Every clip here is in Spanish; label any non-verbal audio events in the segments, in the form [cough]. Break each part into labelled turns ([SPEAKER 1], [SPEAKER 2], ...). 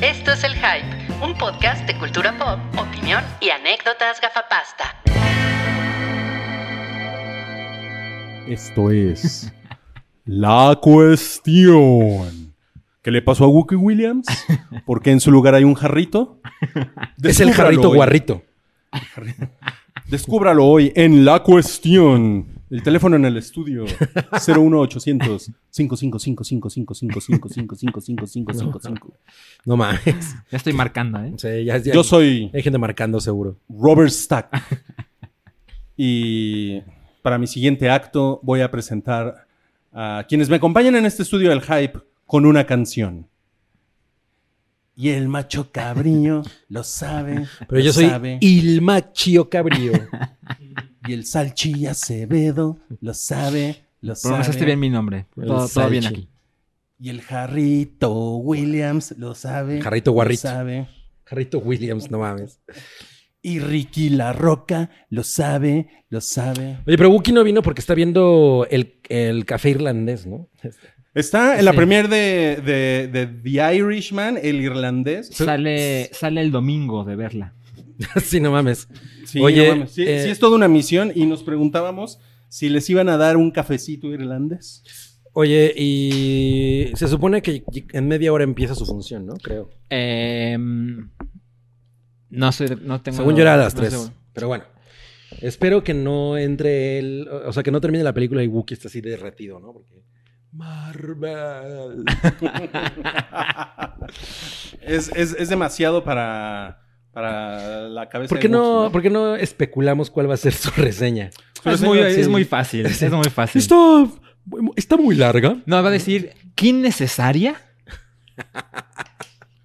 [SPEAKER 1] Esto es El Hype, un podcast de cultura pop, opinión y anécdotas gafapasta.
[SPEAKER 2] Esto es la cuestión. ¿Qué le pasó a Wookie Williams? ¿Por qué en su lugar hay un jarrito?
[SPEAKER 3] Es el
[SPEAKER 2] Descúbralo
[SPEAKER 3] jarrito
[SPEAKER 2] hoy.
[SPEAKER 3] guarrito.
[SPEAKER 2] Descúbralo hoy en la cuestión. El teléfono en el estudio 01800 5555555555555.
[SPEAKER 3] No mames. [laughs]
[SPEAKER 4] Ya estoy marcando, ¿eh?
[SPEAKER 3] Sí, ya- ya-
[SPEAKER 2] Yo soy
[SPEAKER 3] Hay gente marcando seguro.
[SPEAKER 2] Robert Stack. Y para mi siguiente acto voy a presentar a quienes me acompañan en este estudio del hype con una canción. Y el macho cabrillo lo sabe.
[SPEAKER 3] [laughs] Pero yo
[SPEAKER 2] lo
[SPEAKER 3] soy
[SPEAKER 2] sabe.
[SPEAKER 3] Ilma Chio Cabrío.
[SPEAKER 2] Y el salchilla Acevedo lo sabe. Lo
[SPEAKER 4] Pronunciaste
[SPEAKER 2] sabe.
[SPEAKER 4] este bien mi nombre.
[SPEAKER 3] El
[SPEAKER 4] [laughs] Todo, todo bien
[SPEAKER 3] Salchi.
[SPEAKER 4] aquí.
[SPEAKER 2] Y el jarrito Williams lo sabe.
[SPEAKER 3] Jarrito
[SPEAKER 2] lo
[SPEAKER 3] guarrito.
[SPEAKER 2] sabe.
[SPEAKER 3] jarrito Williams, no mames.
[SPEAKER 2] Y Ricky La Roca lo sabe. Lo sabe.
[SPEAKER 3] Oye, pero Wookie no vino porque está viendo el, el café irlandés, ¿no? [laughs]
[SPEAKER 2] Está en la
[SPEAKER 4] Sí.
[SPEAKER 2] premier de, de- de The Irishman, el irlandés.
[SPEAKER 4] Sale, sale el domingo de verla.
[SPEAKER 3] sí, no mames.
[SPEAKER 2] Sí,
[SPEAKER 3] Oye,
[SPEAKER 2] no mames. sí,
[SPEAKER 3] eh,
[SPEAKER 2] sí es toda una misión y nos preguntábamos si les iban a dar un cafecito
[SPEAKER 4] [laughs]
[SPEAKER 2] irlandés.
[SPEAKER 3] Oye, y se supone que en media hora empieza su función, ¿no? Creo.
[SPEAKER 4] Em, no sé, no tengo.
[SPEAKER 3] Según yo era a las
[SPEAKER 4] no
[SPEAKER 3] 3.
[SPEAKER 4] sé.
[SPEAKER 3] pero bueno. Espero que no entre él, o o sea, que no termine la película y Wookiee está así derretido, ¿no? Porque Marvel.
[SPEAKER 2] Es, es- es demasiado para, para la cabeza.
[SPEAKER 3] ¿Por
[SPEAKER 2] de
[SPEAKER 3] qué
[SPEAKER 2] Wookiee,
[SPEAKER 3] no, por qué no especulamos cuál va a ser su [laughs] reseña?
[SPEAKER 2] Pero
[SPEAKER 4] es, muy,
[SPEAKER 2] señor, sí.
[SPEAKER 4] es muy fácil. Es muy fácil.
[SPEAKER 3] Está, está muy larga.
[SPEAKER 4] No, va a decir qué innecesaria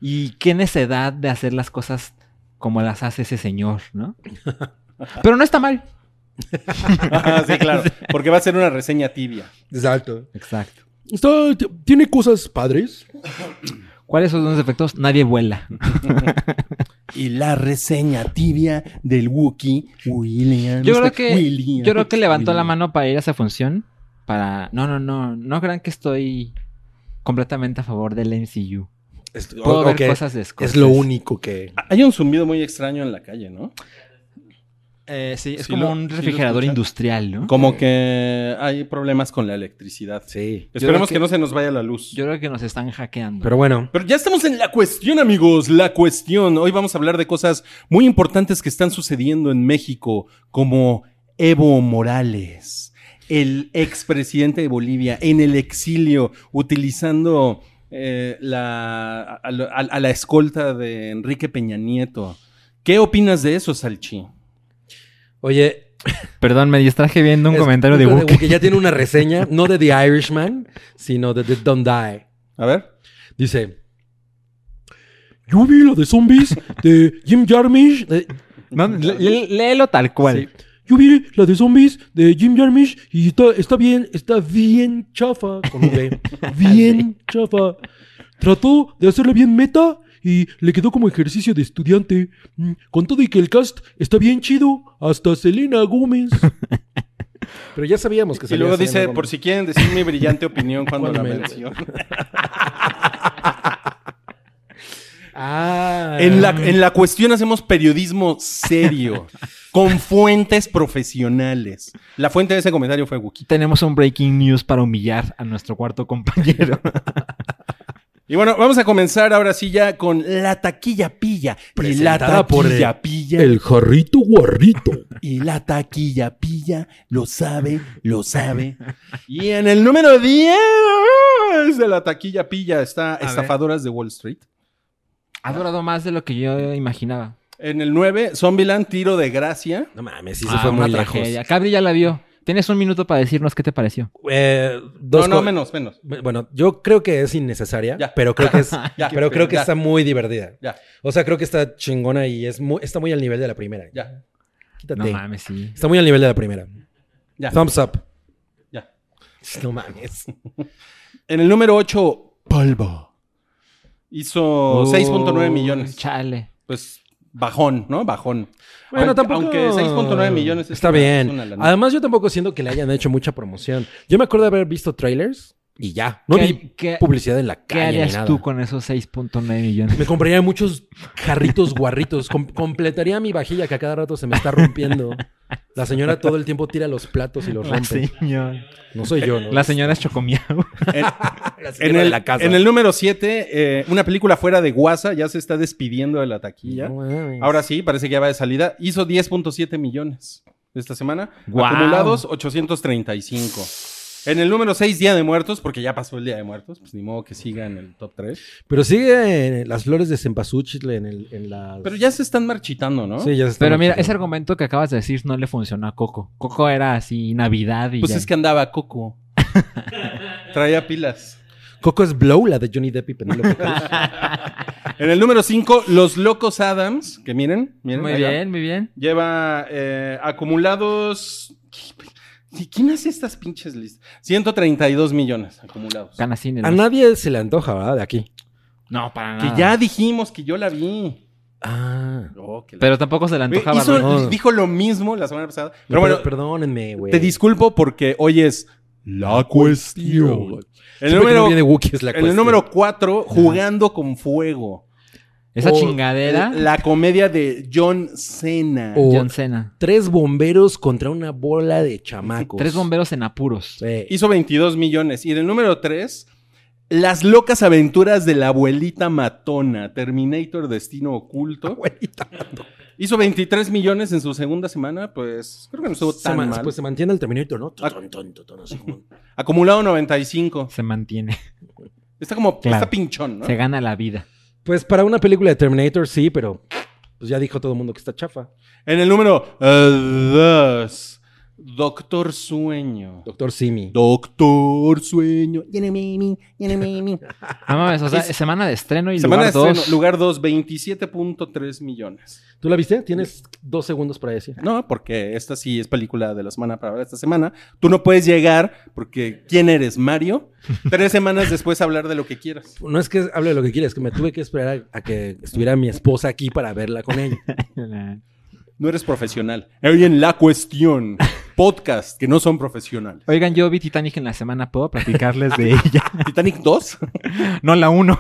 [SPEAKER 4] y qué necedad de hacer las cosas como las hace ese señor,
[SPEAKER 3] [laughs]
[SPEAKER 4] ¿no? Pero no está mal.
[SPEAKER 2] [laughs] Ah, sí, claro. Porque va a ser una reseña tibia.
[SPEAKER 3] Exacto.
[SPEAKER 4] Exacto.
[SPEAKER 3] tiene cosas padres.
[SPEAKER 4] ¿Cuáles son los efectos? Nadie vuela.
[SPEAKER 2] Y la reseña tibia del Wookiee Williams.
[SPEAKER 4] Yo creo que-
[SPEAKER 2] Williams.
[SPEAKER 4] Yo creo que levantó la
[SPEAKER 2] Williams.
[SPEAKER 4] mano para ir a esa función. Para. No, no, no. No crean que estoy completamente a favor del MCU.
[SPEAKER 3] Es,
[SPEAKER 4] Puedo
[SPEAKER 3] o-
[SPEAKER 4] ver
[SPEAKER 3] ok,
[SPEAKER 4] cosas de Scorsese.
[SPEAKER 3] es lo único que.
[SPEAKER 2] Hay un zumbido muy extraño en la calle, ¿no?
[SPEAKER 4] Eh, sí, es
[SPEAKER 2] Sí
[SPEAKER 4] como
[SPEAKER 2] lo- sí
[SPEAKER 4] un
[SPEAKER 2] lo
[SPEAKER 4] refrigerador
[SPEAKER 2] escuchan.
[SPEAKER 4] industrial, ¿no?
[SPEAKER 2] Como que hay problemas con la electricidad.
[SPEAKER 3] Sí.
[SPEAKER 2] Esperemos
[SPEAKER 4] Yo creo
[SPEAKER 2] que...
[SPEAKER 4] que-
[SPEAKER 2] no se nos vaya la luz.
[SPEAKER 4] Yo creo que nos están hackeando.
[SPEAKER 3] Pero bueno,
[SPEAKER 2] Pero ya estamos en la cuestión, amigos, la cuestión. Hoy vamos a hablar de cosas muy importantes que están sucediendo en México, como Evo Morales, el expresidente de Bolivia, en el exilio, utilizando eh, la, a, a- a la escolta de Enrique Peña Nieto. ¿Qué opinas de eso, Salchi?
[SPEAKER 3] oye,
[SPEAKER 4] Perdón, me distraje viendo un
[SPEAKER 3] es-
[SPEAKER 4] comentario de Wookiee.
[SPEAKER 3] Wookiee ya tiene una reseña, no de The Irishman, sino de The Don't Die.
[SPEAKER 2] A ver.
[SPEAKER 3] Dice: Yo vi la de zombies de Jim Jarmusch. de-
[SPEAKER 4] No, lé- lé- léelo tal cual.
[SPEAKER 3] Sí. Yo vi la de zombies de Jim Jarmusch y está, está bien, está bien chafa. Con un B. Bien chafa. Trató de hacerle bien meta y le quedó como ejercicio de estudiante. Mm, Con todo y que el cast está bien chido, hasta Selena Gómez. Pero ya sabíamos que
[SPEAKER 2] Y luego dice, por si quieren decir mi brillante opinión cuando la menciono.
[SPEAKER 3] Ah.
[SPEAKER 2] En la, en la cuestión hacemos periodismo
[SPEAKER 3] [laughs]
[SPEAKER 2] serio, con fuentes profesionales. La fuente de ese comentario fue Wookiee.
[SPEAKER 4] Tenemos un breaking news para humillar a nuestro cuarto [laughs] compañero.
[SPEAKER 2] Y bueno, vamos a comenzar ahora sí ya con la taquilla pilla. Y la
[SPEAKER 3] Presentada por
[SPEAKER 2] taquilla
[SPEAKER 3] el-
[SPEAKER 2] pilla.
[SPEAKER 3] El jarrito guarrito.
[SPEAKER 2] Y la taquilla pilla lo sabe, lo
[SPEAKER 3] [laughs]
[SPEAKER 2] sabe. Y en el número 10 de la taquilla pilla está Estafadoras de Wall Street.
[SPEAKER 4] ha durado más de lo que yo imaginaba.
[SPEAKER 2] En el 9, Zombieland, Tiro de Gracia.
[SPEAKER 3] No mames, sí se
[SPEAKER 4] Ah,
[SPEAKER 3] fue
[SPEAKER 4] una
[SPEAKER 3] muy lejos.
[SPEAKER 4] tragedia. Cabri ya la vio. Tienes un minuto para decirnos qué te pareció.
[SPEAKER 3] Eh,
[SPEAKER 2] No,
[SPEAKER 3] dos
[SPEAKER 2] no,
[SPEAKER 3] co-
[SPEAKER 2] menos, menos.
[SPEAKER 3] Bueno, yo creo que es innecesaria,
[SPEAKER 2] Ya.
[SPEAKER 3] pero creo que es,
[SPEAKER 2] [laughs] Ya,
[SPEAKER 3] pero creo que
[SPEAKER 2] ya,
[SPEAKER 3] está muy divertida.
[SPEAKER 2] Ya,
[SPEAKER 3] O sea, creo que está chingona y es muy, está muy al nivel de la primera.
[SPEAKER 2] ya,
[SPEAKER 3] Quítate.
[SPEAKER 4] No mames, sí.
[SPEAKER 3] Está muy al nivel de la primera.
[SPEAKER 2] ya.
[SPEAKER 3] Thumbs up. [laughs]
[SPEAKER 2] Ya.
[SPEAKER 3] No mames.
[SPEAKER 2] En el número 8, Polvo. Hizo
[SPEAKER 4] Oh,
[SPEAKER 2] 6.9 millones.
[SPEAKER 4] Chale.
[SPEAKER 2] Pues bajón, ¿no? Bajón.
[SPEAKER 3] Bueno,
[SPEAKER 2] aunque,
[SPEAKER 3] tampoco-
[SPEAKER 2] Aunque 6.9 millones es
[SPEAKER 3] Está
[SPEAKER 2] una- es
[SPEAKER 3] bien.
[SPEAKER 2] una lana.
[SPEAKER 3] Además, yo tampoco siento que le hayan hecho mucha promoción. Yo me acuerdo de haber visto trailers Y ya. No
[SPEAKER 4] ¿Qué-
[SPEAKER 3] vi
[SPEAKER 4] qué-
[SPEAKER 3] publicidad en la
[SPEAKER 4] ¿Qué
[SPEAKER 3] calle ni
[SPEAKER 4] harías
[SPEAKER 3] nada.
[SPEAKER 4] tú con esos 6.9
[SPEAKER 3] [laughs]
[SPEAKER 4] millones?
[SPEAKER 3] Me compraría muchos jarritos guarritos. Com- completaría mi vajilla que a cada rato se me está rompiendo. La señora todo el tiempo tira los platos y los
[SPEAKER 4] La
[SPEAKER 3] rompe.
[SPEAKER 4] señora.
[SPEAKER 3] No soy yo, ¿no?
[SPEAKER 4] Ah, La señora es Chocomiao.
[SPEAKER 3] [laughs]
[SPEAKER 2] En,
[SPEAKER 3] La señora
[SPEAKER 2] en
[SPEAKER 3] de
[SPEAKER 2] el,
[SPEAKER 3] la casa.
[SPEAKER 2] en el número 7, una película fuera de Guasa ya se está despidiendo de la taquilla.
[SPEAKER 3] No mames.
[SPEAKER 2] Ahora sí, parece que ya va de salida. Hizo 10.7 millones esta semana.
[SPEAKER 4] Guau.
[SPEAKER 2] Acumulados 835. En el número 6, Día de Muertos, porque ya pasó el Día de Muertos. Pues ni modo que siga en el top 3.
[SPEAKER 3] Pero sigue en las flores de cempasúchil en, el- en las...
[SPEAKER 2] Pero ya se están marchitando, ¿no?
[SPEAKER 3] Pues Sí, ya se está
[SPEAKER 4] Pero mira,
[SPEAKER 3] marchando.
[SPEAKER 4] ese argumento que acabas de decir no le funcionó a Coco. Coco era así, Navidad y
[SPEAKER 2] Pues
[SPEAKER 4] ya.
[SPEAKER 2] es que andaba
[SPEAKER 3] [laughs]
[SPEAKER 2] coco. Traía pilas.
[SPEAKER 3] Coco es Blow, la de Johnny Depp y
[SPEAKER 4] [laughs]
[SPEAKER 3] Penélope Cruz.
[SPEAKER 2] En el número 5, Los Locos Adams, que miren, miren.
[SPEAKER 4] Muy
[SPEAKER 2] ahí va.
[SPEAKER 4] bien, muy bien.
[SPEAKER 2] Lleva eh, acumulados. ¿Qui- ¿Quién hace estas pinches listas? 132 millones acumulados.
[SPEAKER 4] Canacine.
[SPEAKER 3] A
[SPEAKER 4] ¿no?
[SPEAKER 3] nadie se le antoja, ¿verdad? De aquí.
[SPEAKER 4] No, para
[SPEAKER 2] Que
[SPEAKER 4] nada.
[SPEAKER 2] ya dijimos que yo la vi.
[SPEAKER 3] Ah.
[SPEAKER 2] Oh, que la-
[SPEAKER 4] Pero tampoco se le
[SPEAKER 2] Güey,
[SPEAKER 4] antojaba.
[SPEAKER 2] hizo-
[SPEAKER 4] ¿no?
[SPEAKER 3] ¿no?
[SPEAKER 2] Dijo lo mismo la semana pasada. Pero
[SPEAKER 3] Pero
[SPEAKER 2] bueno,
[SPEAKER 3] perdónenme, güey.
[SPEAKER 2] te disculpo porque hoy es la cuestión. El
[SPEAKER 3] Siempre que no
[SPEAKER 2] número,
[SPEAKER 3] viene Wookiee es la
[SPEAKER 2] en el
[SPEAKER 3] cuestión.
[SPEAKER 2] número 4, jugando con fuego.
[SPEAKER 4] Esa
[SPEAKER 2] O-
[SPEAKER 4] chingadera.
[SPEAKER 2] La comedia de John Cena.
[SPEAKER 3] O-
[SPEAKER 4] John Cena.
[SPEAKER 3] Tres bomberos contra una bola de chamacos.
[SPEAKER 4] Tres bomberos en apuros.
[SPEAKER 3] Sí.
[SPEAKER 2] Hizo 22 millones. Y en el número 3, Las locas aventuras de la abuelita matona, Terminator Destino
[SPEAKER 4] Ah,
[SPEAKER 2] Oculto.
[SPEAKER 3] Abuelita.
[SPEAKER 2] Hizo 23 millones en su segunda semana, pues creo que no estuvo
[SPEAKER 3] Se
[SPEAKER 2] tan
[SPEAKER 3] man-
[SPEAKER 2] mal.
[SPEAKER 3] Pues se mantiene el Terminator, ¿no?
[SPEAKER 2] Ah.
[SPEAKER 3] Ton, ton, ton, ton,
[SPEAKER 2] [laughs]
[SPEAKER 3] así como-
[SPEAKER 2] Acumulado 95.
[SPEAKER 4] Se mantiene.
[SPEAKER 2] Está como,
[SPEAKER 4] Claro.
[SPEAKER 2] está pinchón, ¿no?
[SPEAKER 4] Se gana la vida.
[SPEAKER 3] Pues para una película de Terminator sí, pero pues ya dijo todo el mundo que está chafa.
[SPEAKER 2] En el número 2, Doctor Sueño.
[SPEAKER 3] Doctor Simi.
[SPEAKER 2] Doctor Sueño.
[SPEAKER 4] No mames, o sea, semana de estreno y
[SPEAKER 2] Semana
[SPEAKER 4] lugar
[SPEAKER 2] de
[SPEAKER 4] dos.
[SPEAKER 2] estreno, lugar 2, 27.3 millones.
[SPEAKER 3] ¿Tú la viste? Tienes dos segundos para decir.
[SPEAKER 2] No, porque esta sí es película de la semana para hablar esta semana. Tú no puedes llegar porque ¿quién eres,
[SPEAKER 3] [laughs]
[SPEAKER 2] Mario? Tres semanas después hablar de lo que quieras.
[SPEAKER 3] No es que hable de lo que quieras, que me tuve que esperar a, a que estuviera mi esposa aquí para verla
[SPEAKER 2] [laughs]
[SPEAKER 3] con ella.
[SPEAKER 2] No eres profesional. Hoy en La Cuestión, podcast que no son profesionales.
[SPEAKER 4] [laughs] Oigan, yo vi Titanic en la semana. ¿Puedo platicarles de ella?
[SPEAKER 2] Titanic 2.
[SPEAKER 4] No,
[SPEAKER 3] [laughs]
[SPEAKER 4] la uno.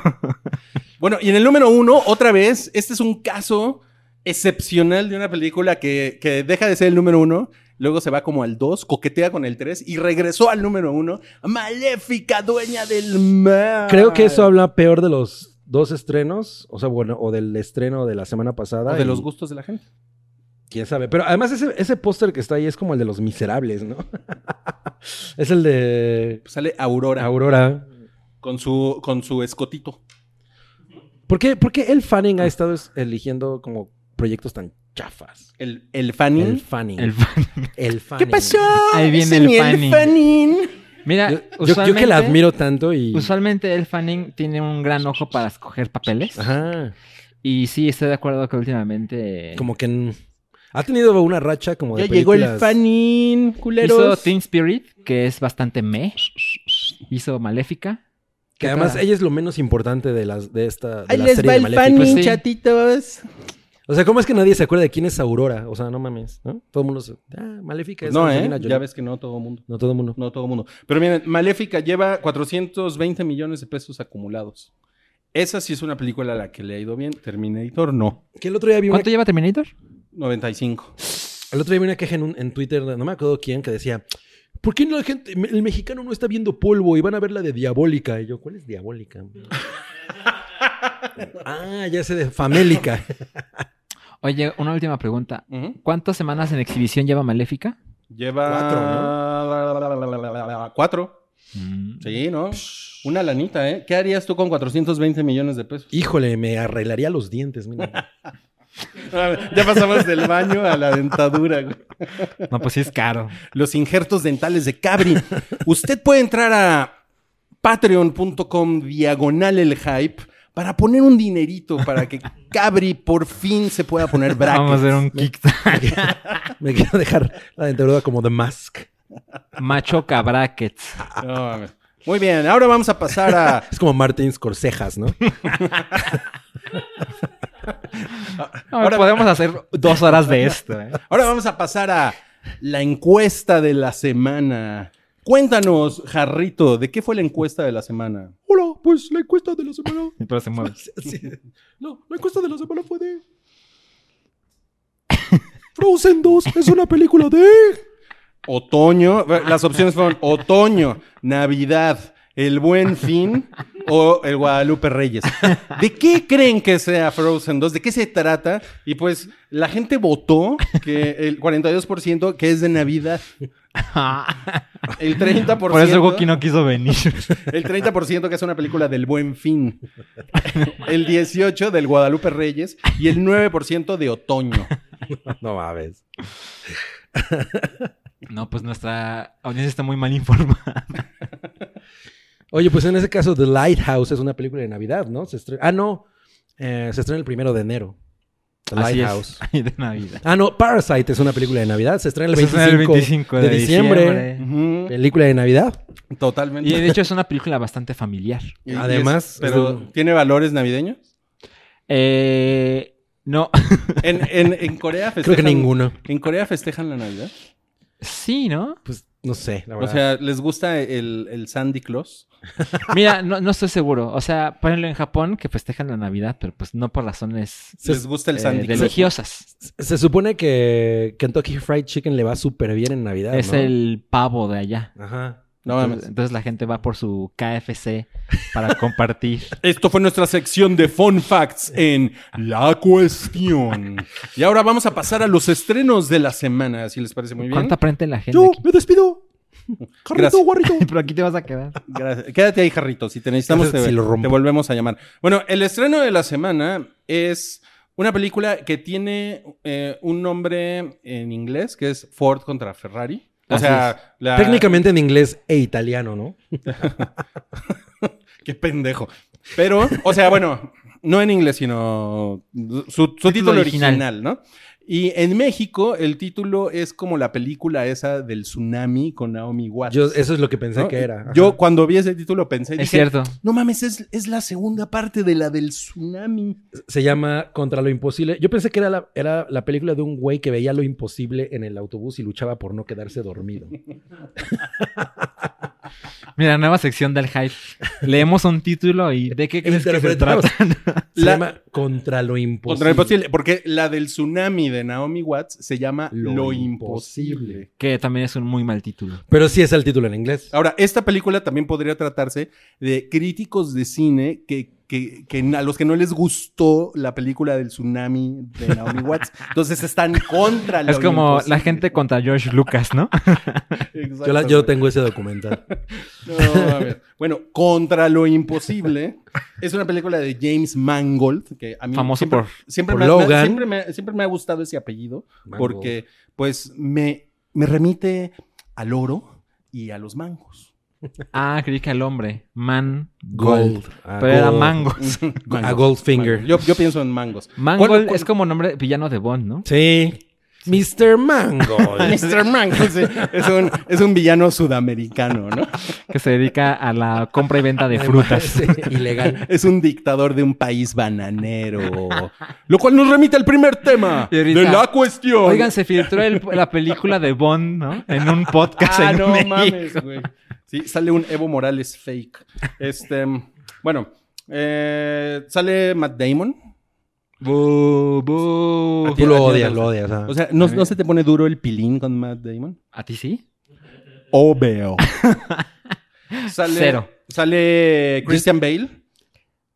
[SPEAKER 2] Bueno, y en el número uno, otra vez, este es un caso excepcional de una película que, que deja de ser el número uno, luego se va como al dos, coquetea con el tres y regresó al número uno. Maléfica, dueña del mar.
[SPEAKER 3] Creo que eso habla peor de los dos estrenos, o sea, bueno, o del estreno de la semana pasada.
[SPEAKER 2] O de
[SPEAKER 3] y
[SPEAKER 2] los gustos de la gente.
[SPEAKER 3] Quién sabe. Pero además ese, ese póster que está ahí es como el de los miserables, ¿no? [laughs] es el de
[SPEAKER 2] Sale Aurora.
[SPEAKER 3] Aurora.
[SPEAKER 2] Con su, con su escotito.
[SPEAKER 3] ¿Por qué, por qué el Fanning ha estado es- eligiendo como proyectos tan chafas?
[SPEAKER 2] El, el fanning.
[SPEAKER 3] El Fanning.
[SPEAKER 4] El
[SPEAKER 3] El,
[SPEAKER 4] fan.
[SPEAKER 3] Fanning.
[SPEAKER 4] Ahí viene
[SPEAKER 2] Ese
[SPEAKER 4] el
[SPEAKER 2] ni
[SPEAKER 4] fanning. Mira,
[SPEAKER 3] Yo, yo- yo que la
[SPEAKER 4] usualmente-
[SPEAKER 3] admiro tanto y...
[SPEAKER 4] Usualmente el fanning tiene un gran ojo para escoger papeles.
[SPEAKER 3] Ajá.
[SPEAKER 4] Y sí, estoy de acuerdo que últimamente
[SPEAKER 3] Como que... n- Ha tenido una racha como de
[SPEAKER 2] Ya llegó el
[SPEAKER 3] películas-
[SPEAKER 2] fanning,
[SPEAKER 4] hizo
[SPEAKER 2] culeros.
[SPEAKER 4] Teen Spirit, que es bastante me. Hizo Maléfica.
[SPEAKER 3] Que además
[SPEAKER 4] tal?
[SPEAKER 3] ella es lo menos importante de, las, de esta de
[SPEAKER 2] Ahí
[SPEAKER 3] la
[SPEAKER 2] les
[SPEAKER 3] serie
[SPEAKER 2] va
[SPEAKER 3] de
[SPEAKER 2] el
[SPEAKER 3] Maléfica.
[SPEAKER 2] fanning,
[SPEAKER 4] Pues sí.
[SPEAKER 2] chatitos.
[SPEAKER 3] O sea, ¿cómo es que nadie se acuerda de quién es Aurora? O sea, no mames, ¿no? Todo el mundo se... Ah, Maléfica es
[SPEAKER 2] No, ¿eh?
[SPEAKER 3] Angelina Jolie.
[SPEAKER 2] Ya ves que no todo mundo.
[SPEAKER 3] No todo el mundo.
[SPEAKER 2] No todo mundo. Pero miren, Maléfica lleva 420 millones de pesos acumulados. Esa sí es una película a la que le ha ido bien. Terminator, no.
[SPEAKER 3] Que el otro día vi una,
[SPEAKER 4] ¿Cuánto lleva Terminator?
[SPEAKER 2] 95.
[SPEAKER 3] el otro día vi una queja en, un- en Twitter, no me acuerdo quién, que decía... ¿Por qué la gente, el mexicano no está viendo polvo y van a ver la de Diabólica? Y yo, ¿cuál es Diabólica?
[SPEAKER 4] [laughs]
[SPEAKER 3] ah, ya sé, de Famélica.
[SPEAKER 4] Oye, una última pregunta.
[SPEAKER 2] Ujú.
[SPEAKER 4] ¿Cuántas semanas en exhibición lleva Maléfica?
[SPEAKER 2] Lleva.
[SPEAKER 3] Cuatro,
[SPEAKER 2] Cuatro.
[SPEAKER 4] Mm.
[SPEAKER 2] Sí, ¿no? Una lanita, ¿eh? ¿Qué harías tú con 420 millones de pesos?
[SPEAKER 3] Híjole, me arreglaría los dientes, mira.
[SPEAKER 2] Ya pasamos del baño a la dentadura. güey.
[SPEAKER 4] No, pues sí es caro.
[SPEAKER 2] Los injertos dentales de Cabri. Usted puede entrar a patreon.com diagonal el hype para poner un dinerito para que Cabri por fin se pueda poner brackets.
[SPEAKER 4] Vamos a hacer un kick.
[SPEAKER 3] Me quiero dejar la dentadura como The Mask.
[SPEAKER 4] Machoca brackets.
[SPEAKER 3] Ah,
[SPEAKER 2] No, mames. Muy bien, ahora vamos a pasar a...
[SPEAKER 3] Es como Martin Scorsejas, ¿no? [laughs] [laughs]
[SPEAKER 4] Ahora podemos hacer dos horas de esto. ¿eh?
[SPEAKER 2] Ahora vamos a pasar a la encuesta de la semana. Cuéntanos, Jarrito, ¿de qué fue la encuesta de la semana?
[SPEAKER 5] Hola, pues la encuesta de la semana.
[SPEAKER 4] Pero
[SPEAKER 3] [laughs]
[SPEAKER 4] se mueve.
[SPEAKER 5] Sí. No, la encuesta de la semana fue de. Frozen 2 es una película de.
[SPEAKER 4] [laughs]
[SPEAKER 2] Otoño, las opciones fueron otoño, Navidad, el Buen Fin o el Guadalupe Reyes. ¿De qué creen que sea Frozen 2? ¿De qué se trata? Y pues la gente votó que el 42% que es de Navidad,
[SPEAKER 4] [laughs]
[SPEAKER 2] el 30%
[SPEAKER 4] Por eso Goki no quiso venir.
[SPEAKER 2] el 30% que es una película del Buen Fin, el 18 del Guadalupe Reyes y el 9% de
[SPEAKER 4] [laughs]
[SPEAKER 2] otoño.
[SPEAKER 3] No mames.
[SPEAKER 4] No, pues nuestra audiencia está muy mal informada.
[SPEAKER 3] Oye, pues en ese caso, The Lighthouse es una película de Navidad, ¿no? Se estre- Ah, no. Eh, se estrena el primero de enero. The
[SPEAKER 4] Así es.
[SPEAKER 3] Lighthouse.
[SPEAKER 4] [laughs] Ay, de
[SPEAKER 3] [laughs]
[SPEAKER 4] Navidad.
[SPEAKER 3] Ah, no. Parasite es una película de Navidad. Se estrena el
[SPEAKER 4] Se
[SPEAKER 3] 25,
[SPEAKER 4] estrena el 25
[SPEAKER 3] de,
[SPEAKER 4] de
[SPEAKER 3] diciembre.
[SPEAKER 4] diciembre.
[SPEAKER 2] Ujú,
[SPEAKER 3] Película de Navidad.
[SPEAKER 2] Pues Totalmente.
[SPEAKER 4] Y de hecho es una película bastante familiar.
[SPEAKER 2] Y- y es-
[SPEAKER 3] además,
[SPEAKER 2] pero
[SPEAKER 3] es un-
[SPEAKER 2] ¿tiene valores navideños?
[SPEAKER 4] Eh, no. [laughs]
[SPEAKER 2] En, en, en Corea festejan.
[SPEAKER 3] Creo que ninguno.
[SPEAKER 2] ¿En Corea festejan la Navidad?
[SPEAKER 4] Sí, ¿no?
[SPEAKER 3] Pues no sé, la
[SPEAKER 2] O
[SPEAKER 3] verdad.
[SPEAKER 2] sea, ¿les gusta el, el Sandy Claus?
[SPEAKER 4] Mira, no, no estoy seguro. O sea, ponenlo en Japón que festejan la Navidad, pero pues no por razones
[SPEAKER 3] Se-
[SPEAKER 2] ¿Les gusta el
[SPEAKER 4] eh,
[SPEAKER 2] Sandy Claus?
[SPEAKER 4] religiosas.
[SPEAKER 3] se supone que Kentucky Fried Chicken le va súper bien en Navidad.
[SPEAKER 4] es
[SPEAKER 3] ¿no?
[SPEAKER 4] el pavo de allá.
[SPEAKER 3] Ajá.
[SPEAKER 2] No mames.
[SPEAKER 4] entonces, entonces la gente va por su KFC para compartir.
[SPEAKER 2] Esto fue nuestra sección de Fun Facts en La
[SPEAKER 3] [laughs]
[SPEAKER 2] Cuestión. Y ahora vamos a pasar a los estrenos de la semana, si les parece muy bien.
[SPEAKER 4] ¿Cuánto aprende la gente?
[SPEAKER 5] Yo
[SPEAKER 3] [laughs]
[SPEAKER 4] aquí?
[SPEAKER 5] me
[SPEAKER 2] [laughs]
[SPEAKER 5] despido. Carrito,
[SPEAKER 2] Gracias. [laughs]
[SPEAKER 5] guarrito.
[SPEAKER 4] Pero aquí te vas a quedar.
[SPEAKER 2] Gracias. Quédate ahí, Jarrito. Si te necesitamos, te,
[SPEAKER 3] Si lo rompo.
[SPEAKER 2] te volvemos a llamar. Bueno, el estreno de la semana es una película que tiene eh, un nombre en inglés que es Ford contra Ferrari. O
[SPEAKER 4] Así
[SPEAKER 2] sea, la-
[SPEAKER 3] Técnicamente en inglés e italiano, ¿no?
[SPEAKER 2] Qué pendejo. Pero, o sea, bueno, no en inglés, sino su, su título, original.
[SPEAKER 4] original.
[SPEAKER 2] ¿no? Y en México el título es como la película esa del tsunami con Naomi Watts.
[SPEAKER 3] Yo, eso es lo que pensé
[SPEAKER 2] Ah, ¿no?
[SPEAKER 3] que era. Ajá.
[SPEAKER 2] Yo cuando vi ese título pensé,
[SPEAKER 4] Es
[SPEAKER 2] dije,
[SPEAKER 4] cierto.
[SPEAKER 2] no mames, es, es la segunda parte de la del tsunami.
[SPEAKER 3] Se llama Contra lo Imposible. Yo pensé que era la, era la película de un güey que veía lo imposible en el autobús y luchaba por no quedarse dormido.
[SPEAKER 4] Mira, nueva sección del hype. Leemos un título y ¿de qué crees que se
[SPEAKER 3] Interpretamos.
[SPEAKER 4] trata?
[SPEAKER 3] Se
[SPEAKER 2] La-
[SPEAKER 3] llama Contra lo Imposible.
[SPEAKER 2] Contra lo imposible, porque la del tsunami de Naomi Watts se llama Lo,
[SPEAKER 3] Lo
[SPEAKER 2] imposible.
[SPEAKER 3] Imposible.
[SPEAKER 4] Que también es un muy mal título.
[SPEAKER 3] Pero sí es el título en inglés.
[SPEAKER 2] Ahora, esta película también podría tratarse de críticos de cine que, que- que a los que no les gustó la película del tsunami de Naomi
[SPEAKER 3] [laughs]
[SPEAKER 2] Watts. Entonces están contra Lo
[SPEAKER 4] es como
[SPEAKER 2] Imposible.
[SPEAKER 4] la gente contra George Lucas, ¿no?
[SPEAKER 2] Exacto,
[SPEAKER 3] Yo, la- yo
[SPEAKER 2] güey.
[SPEAKER 3] tengo
[SPEAKER 2] [laughs]
[SPEAKER 3] ese documental.
[SPEAKER 2] No, a ver. Bueno, Contra lo Imposible es una película de James Mangold, que a mí
[SPEAKER 4] Famoso
[SPEAKER 2] siempre,
[SPEAKER 4] por-
[SPEAKER 2] siempre
[SPEAKER 3] por
[SPEAKER 2] me, me-
[SPEAKER 3] Logan.
[SPEAKER 2] siempre me- siempre me ha gustado ese apellido,
[SPEAKER 3] Mangold.
[SPEAKER 2] porque pues me, me remite al oro y a los mangos.
[SPEAKER 4] Ah, creí que al hombre. Man
[SPEAKER 3] Gold.
[SPEAKER 4] Gold.
[SPEAKER 3] Ah,
[SPEAKER 4] Pero era
[SPEAKER 3] Gold.
[SPEAKER 4] Mangos.
[SPEAKER 3] A Goldfinger.
[SPEAKER 2] Yo, yo pienso en mangos.
[SPEAKER 4] Mangold
[SPEAKER 2] Con-
[SPEAKER 4] es como nombre villano de Bond, ¿no?
[SPEAKER 3] Sí. Mr.
[SPEAKER 2] [laughs]
[SPEAKER 3] Mango.
[SPEAKER 2] Mr. Mangold sí. es, un, es un villano sudamericano, ¿no?
[SPEAKER 4] Que se dedica a la compra y
[SPEAKER 3] [laughs]
[SPEAKER 4] venta de frutas.
[SPEAKER 3] Sí, ilegal.
[SPEAKER 2] Es un dictador de un país bananero. Lo cual nos remite al primer tema
[SPEAKER 4] Y ahorita-
[SPEAKER 2] de la cuestión.
[SPEAKER 4] Oigan, se filtró el- la película de Bond, ¿no? En un podcast
[SPEAKER 2] Ah,
[SPEAKER 4] en
[SPEAKER 2] no
[SPEAKER 4] México.
[SPEAKER 2] mames, güey. Sí, sale un Evo Morales fake. Este, bueno, eh, sale Matt Damon.
[SPEAKER 4] Bu, bu.
[SPEAKER 3] Tú
[SPEAKER 2] a
[SPEAKER 3] lo
[SPEAKER 2] ti no te
[SPEAKER 3] odias,
[SPEAKER 2] gusta.
[SPEAKER 3] lo odias. ajá.
[SPEAKER 2] O sea, ¿no, ¿no se te pone duro el pilín con Matt Damon?
[SPEAKER 4] ¿A ti sí?
[SPEAKER 2] O [laughs] veo. sale,
[SPEAKER 4] Cero.
[SPEAKER 2] Sale Christian Bale.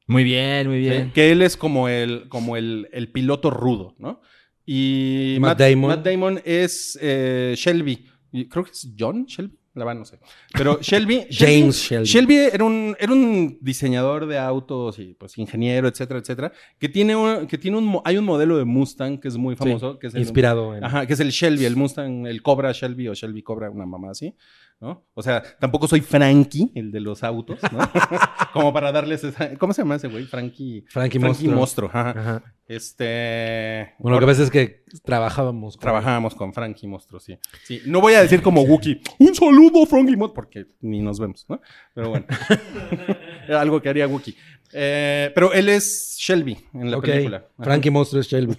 [SPEAKER 4] Muy bien, muy bien.
[SPEAKER 2] Sí, Que él es como el, como el, el piloto rudo, ¿no? Y
[SPEAKER 3] Matt Damon.
[SPEAKER 2] Damon es eh, Shelby. Y Creo que es John Shelby. La verdad no sé. Pero
[SPEAKER 3] [laughs]
[SPEAKER 2] Shelby.
[SPEAKER 3] James Shelby.
[SPEAKER 2] Shelby era un, era un diseñador de autos y pues ingeniero, etcétera, etcétera. Que tiene un, que tiene un, mo- hay un modelo de Mustang que es muy famoso. Que es el,
[SPEAKER 3] Inspirado en.
[SPEAKER 2] pues, Ajá, que es el Shelby, el Mustang, el Cobra Shelby o Shelby Cobra, una mamá así, ¿no? O sea, tampoco soy Frankie, el de los autos, ¿no?
[SPEAKER 3] [laughs]
[SPEAKER 2] Como para darles esa... ¿Cómo se llama ese güey? Frankie...
[SPEAKER 3] Frankie,
[SPEAKER 2] Frankie
[SPEAKER 3] Monstruo.
[SPEAKER 2] Monstruo, ajá.
[SPEAKER 3] Ajá.
[SPEAKER 2] Este...
[SPEAKER 3] Bueno, lo que pasa es que trabajábamos. con-
[SPEAKER 2] Trabajábamos con Frankie Monstruo, sí. Sí, no voy a decir como Wookie, un saludo Frankie Monstruo, porque ni nos vemos, ¿no? Pero
[SPEAKER 3] [laughs]
[SPEAKER 2] bueno, era algo que haría Wookie. Eh, pero él es Shelby en la
[SPEAKER 3] Ok.
[SPEAKER 2] película. Ajá.
[SPEAKER 3] Frankie Monstruo es Shelby.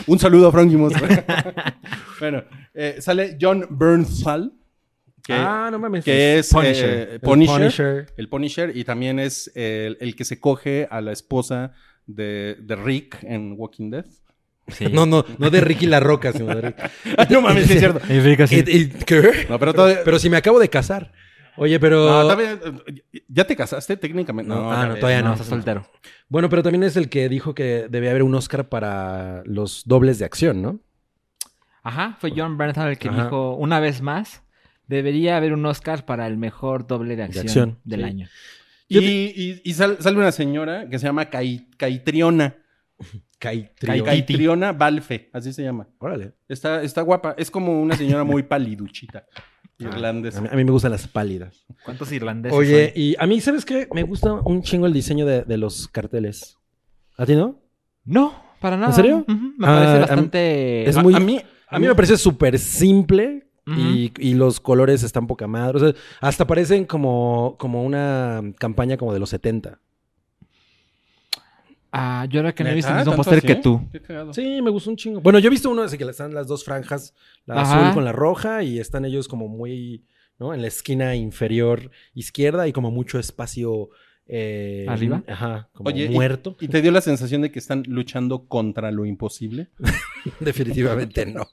[SPEAKER 2] [laughs] Un saludo a Frankie Monstruo. bueno, eh, sale John Bernthal, [laughs] que,
[SPEAKER 3] ah, no mames.
[SPEAKER 2] que es eh,
[SPEAKER 4] Punisher.
[SPEAKER 2] Punisher,
[SPEAKER 3] El
[SPEAKER 2] El Punisher y también es el, el que se coge a la esposa de, de Rick en Walking Dead.
[SPEAKER 4] Sí.
[SPEAKER 3] No, no, no de Ricky La Roca, sino de Rick.
[SPEAKER 2] no mames, [laughs] sí es cierto.
[SPEAKER 4] Y Rick así,
[SPEAKER 3] Eh, eh, ¿Qué?
[SPEAKER 2] No, pero todavía-
[SPEAKER 3] Pero si me acabo de casar. Oye, pero.
[SPEAKER 2] No, todavía- eh, ¿Ya te casaste técnicamente?
[SPEAKER 3] No, ah, no, todavía
[SPEAKER 4] no,
[SPEAKER 3] no.
[SPEAKER 4] está soltero.
[SPEAKER 3] Bueno, pero también es el que dijo que debía haber un Oscar para los dobles de acción, ¿no?
[SPEAKER 4] Ajá, fue John Bernthal el que
[SPEAKER 3] Ajá.
[SPEAKER 4] dijo una vez más. Debería haber un Oscar para el mejor doble de acción,
[SPEAKER 3] acción,
[SPEAKER 4] del
[SPEAKER 3] sí.
[SPEAKER 4] año.
[SPEAKER 2] Y, y- y sal- sale una señora que se llama Cai- Caitriona.
[SPEAKER 3] Caitrío.
[SPEAKER 2] Caitriona Balfe, así se llama.
[SPEAKER 3] Órale.
[SPEAKER 2] Está, está guapa. Es como una señora muy paliduchita.
[SPEAKER 3] A
[SPEAKER 2] irlandesa.
[SPEAKER 3] mí, a mí me gustan las pálidas.
[SPEAKER 4] ¿Cuántos irlandeses?
[SPEAKER 3] Oye, y a mí, ¿sabes qué? Me gusta un chingo el diseño de, de los carteles. ¿A ti no?
[SPEAKER 4] No, para nada.
[SPEAKER 3] serio?
[SPEAKER 4] Ujú, Me
[SPEAKER 3] Ah,
[SPEAKER 4] parece
[SPEAKER 3] am-
[SPEAKER 4] bastante.
[SPEAKER 3] es
[SPEAKER 2] A-
[SPEAKER 3] muy-
[SPEAKER 2] a mí,
[SPEAKER 3] A mí me parece súper simple
[SPEAKER 4] Ujú.
[SPEAKER 3] y, y los colores están poca madre. O sea, hasta parecen como, como una campaña como de los 70.
[SPEAKER 4] Ah, yo ahora que no he visto el
[SPEAKER 2] ¿Neta?
[SPEAKER 4] mismo
[SPEAKER 2] ¿Tanto
[SPEAKER 4] póster
[SPEAKER 2] así?
[SPEAKER 4] que tú.
[SPEAKER 2] Qué cagado.
[SPEAKER 3] Sí, me gustó un chingo. Bueno, yo he visto uno así que están las dos franjas, la
[SPEAKER 4] Ajá.
[SPEAKER 3] azul con la roja, y están ellos como muy, ¿no? En la esquina inferior izquierda y como mucho espacio. eh,
[SPEAKER 4] ¿Arriba?
[SPEAKER 3] Ajá, como
[SPEAKER 2] Oye, y-
[SPEAKER 3] muerto. [laughs]
[SPEAKER 2] ¿Y te dio la sensación de que están luchando contra lo imposible?
[SPEAKER 3] Definitivamente no.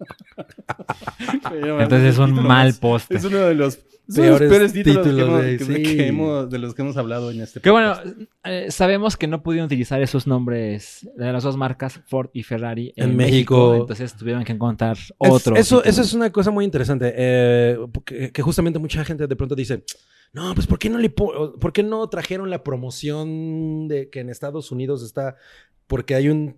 [SPEAKER 2] Ah,
[SPEAKER 4] Entonces es un mal póster.
[SPEAKER 2] Es uno de los es uno de los peores,
[SPEAKER 3] Peores
[SPEAKER 2] títulos, que
[SPEAKER 3] títulos,
[SPEAKER 2] hemos-
[SPEAKER 3] güey,
[SPEAKER 2] que-
[SPEAKER 3] sí.
[SPEAKER 2] que hemos- de los que hemos hablado en este
[SPEAKER 4] Que bueno,
[SPEAKER 2] podcast.
[SPEAKER 4] eh, sabemos que no pudieron utilizar esos nombres de las dos marcas, Ford y Ferrari, en,
[SPEAKER 3] En
[SPEAKER 4] México.
[SPEAKER 3] México.
[SPEAKER 4] Entonces tuvieron que encontrar
[SPEAKER 3] Es-
[SPEAKER 4] [laughs] otro.
[SPEAKER 3] eso,
[SPEAKER 4] título.
[SPEAKER 3] eso es una cosa muy interesante. eh, que, que justamente mucha gente de pronto dice. No, pues ¿por qué no le po- por qué no trajeron la promoción de que en Estados Unidos está? Porque hay un,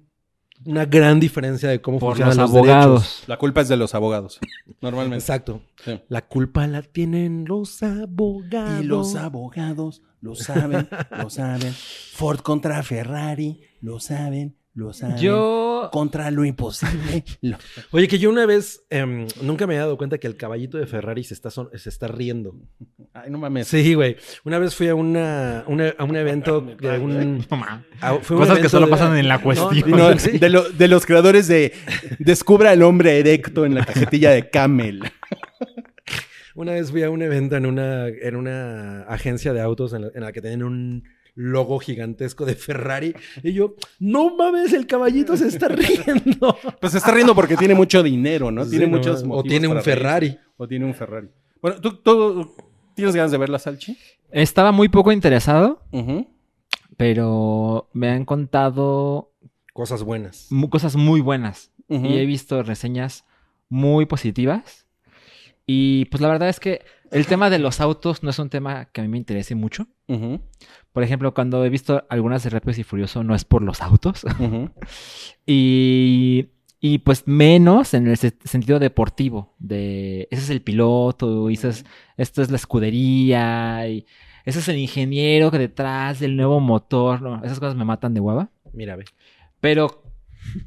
[SPEAKER 3] una gran diferencia de cómo
[SPEAKER 4] por los
[SPEAKER 3] funcionan los, derechos.
[SPEAKER 4] abogados.
[SPEAKER 2] La culpa es de los abogados, normalmente.
[SPEAKER 3] Exacto.
[SPEAKER 2] Sí.
[SPEAKER 3] La culpa la tienen los abogados.
[SPEAKER 2] Y los abogados lo saben, lo saben. Ford contra Ferrari, lo saben, lo saben.
[SPEAKER 4] Yo.
[SPEAKER 2] Contra lo imposible. lo-
[SPEAKER 3] Oye, que yo una vez em, nunca me he dado cuenta que el caballito de Ferrari se está, son- se está riendo.
[SPEAKER 2] Ay, no mames.
[SPEAKER 3] Sí, güey. Una vez fui a, una, una- a
[SPEAKER 2] [laughs]
[SPEAKER 3] un evento de [laughs] un...
[SPEAKER 4] No, ma.
[SPEAKER 3] a- fue un
[SPEAKER 4] Cosas que
[SPEAKER 3] evento
[SPEAKER 4] solo
[SPEAKER 3] de-
[SPEAKER 4] pasan en la
[SPEAKER 2] Y
[SPEAKER 4] cuestión.
[SPEAKER 2] no, [laughs]
[SPEAKER 3] Sí.
[SPEAKER 2] de, lo- de los creadores de Descubra el hombre erecto en la cajetilla de Camel.
[SPEAKER 3] Una vez fui a un evento en una, en una agencia de autos en la, en la que tenían un logo gigantesco de Ferrari. Y yo, no mames, el caballito se está [laughs] riendo.
[SPEAKER 2] Pues se está riendo porque tiene mucho dinero, ¿no?
[SPEAKER 3] Sí,
[SPEAKER 2] tiene
[SPEAKER 3] no
[SPEAKER 2] muchos
[SPEAKER 3] mames. O
[SPEAKER 2] motivos
[SPEAKER 3] tiene un
[SPEAKER 2] para reírse.
[SPEAKER 3] Ferrari.
[SPEAKER 2] O tiene un Ferrari. Bueno, ¿tú, tú tienes ganas de ver la Salchi?
[SPEAKER 4] Estaba muy poco interesado,
[SPEAKER 2] Ujú.
[SPEAKER 4] pero me han contado
[SPEAKER 3] Cosas buenas.
[SPEAKER 4] mu- cosas muy buenas.
[SPEAKER 2] Ujú.
[SPEAKER 4] y he visto reseñas muy positivas. Y pues la verdad es que el tema de los autos no es un tema que a mí me interese mucho.
[SPEAKER 2] Ujú.
[SPEAKER 4] Por ejemplo, cuando he visto algunas de Rápidos y Furioso no es por los autos. [laughs]
[SPEAKER 2] Ujú.
[SPEAKER 4] Y, y, pues menos en el se- sentido deportivo. De ese es el piloto, y esa es, esta es la escudería, y ese es el ingeniero que detrás del nuevo motor. No, esas cosas me matan de hueva.
[SPEAKER 3] Mira, ve.
[SPEAKER 4] Pero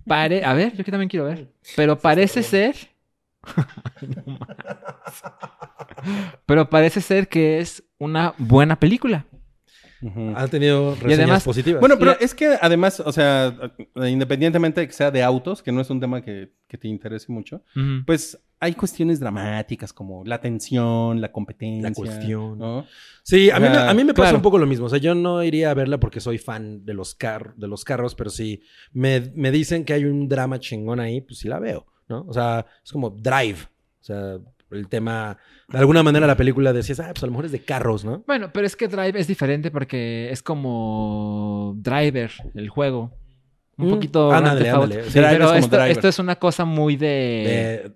[SPEAKER 4] pare, a ver, yo que también quiero ver. Pero parece ser. No más. Pero parece ser que es una buena película.
[SPEAKER 2] Ujú.
[SPEAKER 3] Han tenido reseñas
[SPEAKER 4] además-
[SPEAKER 3] positivas.
[SPEAKER 2] Bueno, pero
[SPEAKER 4] Y-
[SPEAKER 2] es que además, o sea, independientemente de que sea de autos, que no es un tema que, que te interese mucho,
[SPEAKER 4] Pues,
[SPEAKER 2] pues hay cuestiones dramáticas como la tensión, la competencia.
[SPEAKER 3] La cuestión.
[SPEAKER 2] ¿no?
[SPEAKER 3] Sí, a mí, me-
[SPEAKER 2] Ah,
[SPEAKER 3] a mí me pasa
[SPEAKER 4] claro.
[SPEAKER 3] un poco lo mismo. O sea, yo no iría a verla porque soy fan de los, car- de los carros, pero si me, me dicen que hay un drama chingón ahí, pues sí la veo, ¿no? O sea, es como Drive. O sea, el tema... De alguna manera la película decías, ah, pues a lo mejor es de carros, ¿no?
[SPEAKER 4] bueno, pero es que Drive es diferente porque es como Driver, el juego. Un
[SPEAKER 3] Mm.
[SPEAKER 4] poquito.
[SPEAKER 3] Ándale,
[SPEAKER 4] Grand Theft Auto.
[SPEAKER 3] ándale. Sí,
[SPEAKER 4] Pero
[SPEAKER 2] Driver es como
[SPEAKER 4] esto,
[SPEAKER 2] Driver.
[SPEAKER 4] esto es una cosa muy de,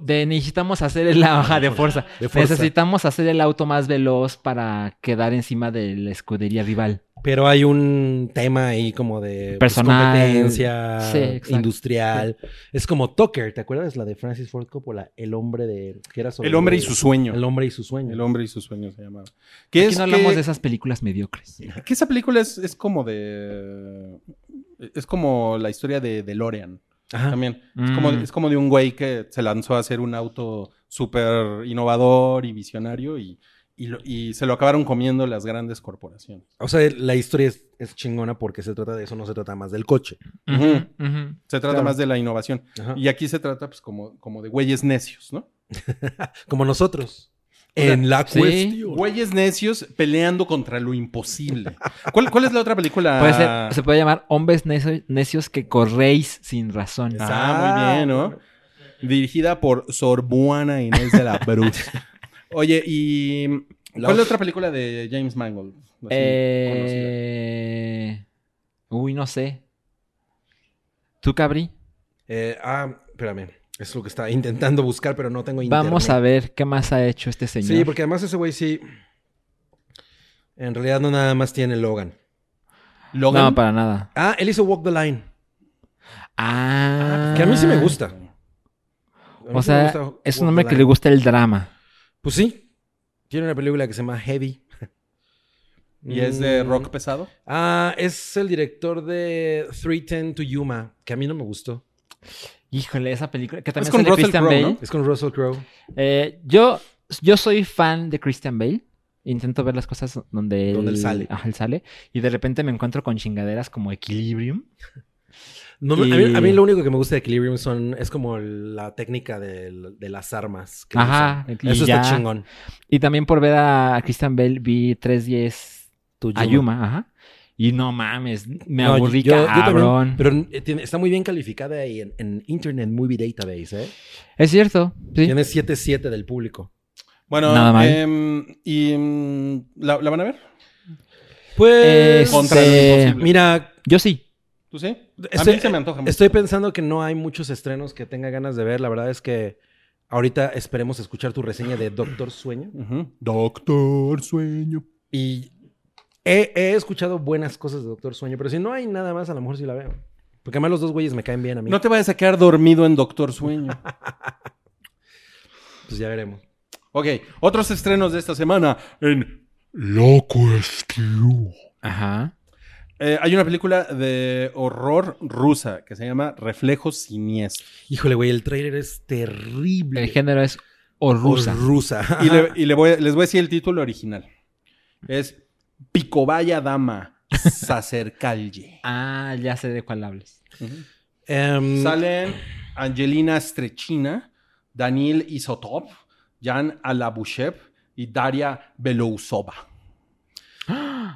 [SPEAKER 3] De-
[SPEAKER 4] de. necesitamos hacer el baja de fuerza.
[SPEAKER 3] De fuerza.
[SPEAKER 4] Necesitamos hacer el auto más veloz para quedar encima de la escudería rival.
[SPEAKER 3] pero hay un tema ahí como de... pues,
[SPEAKER 4] Personal.
[SPEAKER 3] competencia
[SPEAKER 4] Sí, exacto.
[SPEAKER 3] industrial. Es como Tucker, ¿te acuerdas? La de Francis Ford Coppola, El hombre de... Que era sobre-
[SPEAKER 2] El hombre y su sueño.
[SPEAKER 3] El hombre y su sueño.
[SPEAKER 2] El hombre y su sueño se llamaba. Que
[SPEAKER 4] Aquí
[SPEAKER 2] es
[SPEAKER 4] no hablamos
[SPEAKER 2] que-
[SPEAKER 4] de esas películas mediocres.
[SPEAKER 2] Que esa película es, es como de. Es como la historia de DeLorean.
[SPEAKER 3] Ajá.
[SPEAKER 2] También. Es, como,
[SPEAKER 4] Mm.
[SPEAKER 2] es como de un güey que se lanzó a hacer un auto súper innovador y visionario y, y, lo- y se lo acabaron comiendo las grandes corporaciones.
[SPEAKER 3] O sea, la historia es, es chingona porque se trata de eso, no se trata más del coche.
[SPEAKER 2] Ujú,
[SPEAKER 4] ujú.
[SPEAKER 2] Se trata
[SPEAKER 3] Claro.
[SPEAKER 2] más de la innovación.
[SPEAKER 3] Ajá.
[SPEAKER 2] Y aquí se trata, pues, como, como de güeyes necios, ¿no?
[SPEAKER 3] Como nosotros. En la
[SPEAKER 4] sí.
[SPEAKER 3] cuestión.
[SPEAKER 2] Güeyes necios peleando contra lo imposible. ¿Cuál, cuál es la otra
[SPEAKER 3] Ah.
[SPEAKER 2] película?
[SPEAKER 4] [laughs]
[SPEAKER 2] Ah,
[SPEAKER 4] Puede ser- se puede llamar Hombres necio- necios que corréis sin razón.
[SPEAKER 2] Ah, muy bien, ¿no? Dirigida por Sorbuana Inés de
[SPEAKER 4] [laughs]
[SPEAKER 2] la Cruz. Oye, ¿y cuál es la otra película de James Mangold? Así, conocida.
[SPEAKER 4] Eh, Uy, no sé. ¿Tú, Cabri?
[SPEAKER 3] Eh, ah, espérame. Es lo que estaba intentando buscar, pero no tengo internet.
[SPEAKER 4] Vamos a ver qué más ha hecho este señor.
[SPEAKER 3] Sí, porque además ese güey sí. En realidad no nada más tiene Logan.
[SPEAKER 2] Logan.
[SPEAKER 4] No, para nada.
[SPEAKER 3] Ah, él hizo Walk the Line.
[SPEAKER 4] Ah.
[SPEAKER 3] Que a mí sí me gusta. A mí
[SPEAKER 4] O
[SPEAKER 3] sí me
[SPEAKER 4] sea,
[SPEAKER 3] gusta
[SPEAKER 4] es
[SPEAKER 3] Walk
[SPEAKER 4] un hombre
[SPEAKER 3] the
[SPEAKER 4] que
[SPEAKER 3] Line.
[SPEAKER 4] le gusta el drama.
[SPEAKER 3] Pues sí. Tiene una película que se llama Heavy.
[SPEAKER 2] ¿Y es de
[SPEAKER 3] Mm.
[SPEAKER 2] rock pesado?
[SPEAKER 3] Ah, es el director de 310 to Yuma, que a mí no me gustó.
[SPEAKER 4] Híjole, esa película que también
[SPEAKER 2] con
[SPEAKER 4] sale
[SPEAKER 2] Russell
[SPEAKER 4] Christian
[SPEAKER 2] Crowe,
[SPEAKER 4] Bale.
[SPEAKER 2] ¿no?
[SPEAKER 3] Es con Russell Crowe.
[SPEAKER 4] Eh, yo, yo soy fan de Christian Bale. Intento ver las cosas donde,
[SPEAKER 3] Donde él sale.
[SPEAKER 4] Ajá, él sale. Y de repente me encuentro con chingaderas como Equilibrium.
[SPEAKER 3] No me- a,
[SPEAKER 4] Y-
[SPEAKER 3] mí, a mí lo único que me gusta de Equilibrium son, es como la técnica del- de, las armas. que
[SPEAKER 4] Ajá,
[SPEAKER 3] usan.
[SPEAKER 4] y
[SPEAKER 3] Eso está
[SPEAKER 4] ya.
[SPEAKER 3] chingón.
[SPEAKER 4] Y también por ver a Christian Bale vi 310
[SPEAKER 3] To Yuma.
[SPEAKER 4] a Yuma, ajá. Y no mames, me
[SPEAKER 3] No,
[SPEAKER 4] aburrí
[SPEAKER 3] yo- yo también,
[SPEAKER 4] cabrón.
[SPEAKER 3] pero eh, tiene- está muy bien calificada ahí en, en Internet Movie Database, ¿eh?
[SPEAKER 4] Es cierto, sí.
[SPEAKER 3] Tiene 7.7 del público.
[SPEAKER 2] Bueno,
[SPEAKER 4] Nada mal.
[SPEAKER 2] em, ¿y em, ¿la, la van a ver?
[SPEAKER 4] Pues,
[SPEAKER 2] Contra lo
[SPEAKER 4] eh,
[SPEAKER 2] imposible.
[SPEAKER 3] Mira, este,
[SPEAKER 4] Yo sí.
[SPEAKER 2] ¿Tú sí? a
[SPEAKER 3] Estoy-
[SPEAKER 2] mí se me antoja mucho.
[SPEAKER 3] Estoy pensando que no hay muchos estrenos que tenga ganas de ver. La verdad es que ahorita esperemos escuchar tu reseña de Doctor Sueño.
[SPEAKER 2] Ujú. Doctor Sueño.
[SPEAKER 3] Y he, he escuchado buenas cosas de Doctor Sueño, pero si no hay nada más, a lo mejor sí la veo. Porque además los dos güeyes me caen bien a mí.
[SPEAKER 2] No te vayas a quedar dormido en Doctor [laughs] Sueño.
[SPEAKER 3] Pues ya veremos.
[SPEAKER 2] ok, otros estrenos de esta semana en La Cuestión.
[SPEAKER 4] Ajá.
[SPEAKER 2] Eh, hay una película de horror rusa que se llama Reflejos Siniestros.
[SPEAKER 3] Híjole, güey, el trailer es terrible.
[SPEAKER 4] El género es o rusa.
[SPEAKER 3] O rusa. [laughs]
[SPEAKER 2] Y, le- y le voy a- les voy a decir el título original. Es Picobaya Dama Sacercalle.
[SPEAKER 4] Ah, ya sé de cuál hablas.
[SPEAKER 3] Em,
[SPEAKER 2] Salen Angelina Strechina, Daniel Isotov, Jan Alabushev y Daria Belousova.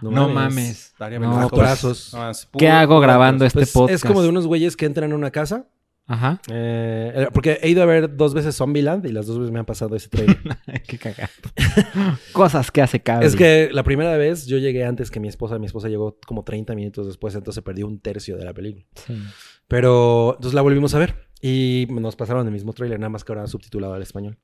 [SPEAKER 4] No,
[SPEAKER 3] mames.
[SPEAKER 4] mames.
[SPEAKER 2] Daria
[SPEAKER 4] No,
[SPEAKER 2] Belousova.
[SPEAKER 3] pues,
[SPEAKER 2] No, es
[SPEAKER 4] ¿Qué
[SPEAKER 2] puro-
[SPEAKER 4] hago grabando este
[SPEAKER 3] Pues
[SPEAKER 4] podcast?
[SPEAKER 3] es como de unos güeyes que entran a una casa.
[SPEAKER 4] Ajá.
[SPEAKER 3] eh, eh, porque he ido a ver dos veces Zombieland y las dos veces me han pasado ese trailer.
[SPEAKER 4] [laughs] Qué cagado. Cosas que hace Cabri.
[SPEAKER 3] Es que la primera vez yo llegué antes que mi esposa. Mi esposa llegó como 30 minutos después, entonces perdió un tercio de la película.
[SPEAKER 4] Sí.
[SPEAKER 3] Pero entonces la volvimos a ver y nos pasaron el mismo tráiler, nada más que ahora subtitulado al español.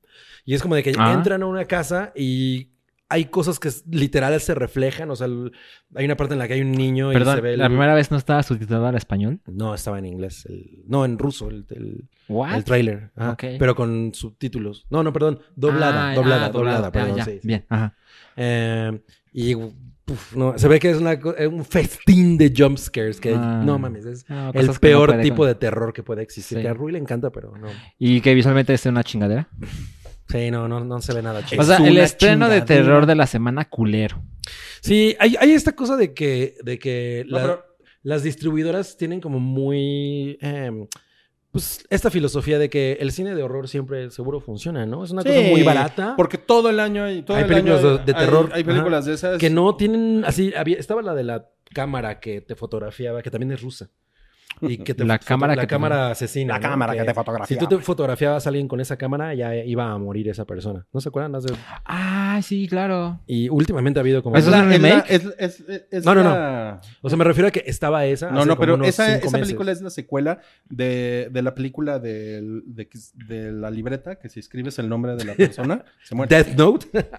[SPEAKER 3] Y es como de que
[SPEAKER 4] Ah.
[SPEAKER 3] entran a una casa y hay cosas que s- literal se reflejan. O sea, el- hay una parte en la que hay un niño y se
[SPEAKER 4] Perdón,
[SPEAKER 3] ve... el-
[SPEAKER 4] la primera vez no estaba subtitulada al español.
[SPEAKER 3] No, estaba en inglés. el- No, en ruso el, el,
[SPEAKER 4] ¿What?
[SPEAKER 3] el tráiler. ajá,
[SPEAKER 4] Ok.
[SPEAKER 3] Pero con subtítulos. No, no, perdón. Doblada,
[SPEAKER 4] Ah,
[SPEAKER 3] doblada,
[SPEAKER 4] ah,
[SPEAKER 3] doblada,
[SPEAKER 4] Ah,
[SPEAKER 3] perdón.
[SPEAKER 4] ya,
[SPEAKER 3] sí, sí.
[SPEAKER 4] Bien, ajá.
[SPEAKER 3] Eh, y puf, no, se ve que es, una co- es un festín de jump scares que
[SPEAKER 4] Ah.
[SPEAKER 3] no mames, es
[SPEAKER 4] No,
[SPEAKER 3] el
[SPEAKER 4] cosas que no
[SPEAKER 3] peor
[SPEAKER 4] puede
[SPEAKER 3] tipo
[SPEAKER 4] con-
[SPEAKER 3] de terror que puede existir.
[SPEAKER 4] Sí.
[SPEAKER 3] Que a Rui le encanta, pero no.
[SPEAKER 4] Y que visualmente es una chingadera.
[SPEAKER 3] Sí, no, no, no se ve nada chido.
[SPEAKER 4] o sea,
[SPEAKER 2] Es
[SPEAKER 4] el
[SPEAKER 2] una
[SPEAKER 4] estreno de
[SPEAKER 2] chingadera.
[SPEAKER 4] terror de la semana culero.
[SPEAKER 3] Sí, hay, hay esta cosa de que, de que
[SPEAKER 2] No,
[SPEAKER 3] la-
[SPEAKER 2] pero-
[SPEAKER 3] las distribuidoras tienen como muy em, pues esta filosofía de que el cine de horror siempre seguro funciona, ¿no? Es una cosa
[SPEAKER 2] Sí,
[SPEAKER 3] muy barata.
[SPEAKER 2] Porque todo el año hay, todo
[SPEAKER 3] Hay
[SPEAKER 2] el año
[SPEAKER 3] películas de- de
[SPEAKER 2] hay-
[SPEAKER 3] terror.
[SPEAKER 2] Hay, películas de esas.
[SPEAKER 3] que no tienen así había- estaba la de la cámara que te fotografiaba que también es rusa y que te
[SPEAKER 4] [laughs] La
[SPEAKER 3] foto-
[SPEAKER 4] cámara
[SPEAKER 3] la
[SPEAKER 4] que te-
[SPEAKER 3] cámara asesina
[SPEAKER 2] La
[SPEAKER 3] ¿no?
[SPEAKER 2] cámara que te fotografiaba.
[SPEAKER 3] si tú te fotografiabas a alguien con esa cámara ya iba a morir esa persona no se acuerdan Hace-
[SPEAKER 4] Ah, sí, claro.
[SPEAKER 3] y últimamente ha habido como
[SPEAKER 4] Eso
[SPEAKER 2] Es
[SPEAKER 4] es un
[SPEAKER 2] la- es la-
[SPEAKER 4] remake?
[SPEAKER 2] es- es- es- es
[SPEAKER 3] No, no, no.
[SPEAKER 2] la-
[SPEAKER 3] o sea me refiero a que estaba esa
[SPEAKER 2] No,
[SPEAKER 3] hace
[SPEAKER 2] no,
[SPEAKER 3] como
[SPEAKER 2] pero
[SPEAKER 3] unos
[SPEAKER 2] esa,
[SPEAKER 3] cinco
[SPEAKER 2] esa
[SPEAKER 3] meses.
[SPEAKER 2] película es la secuela de, de la película del- de, que- de la libreta, que si escribes el nombre de la persona, se muere.
[SPEAKER 3] Death Note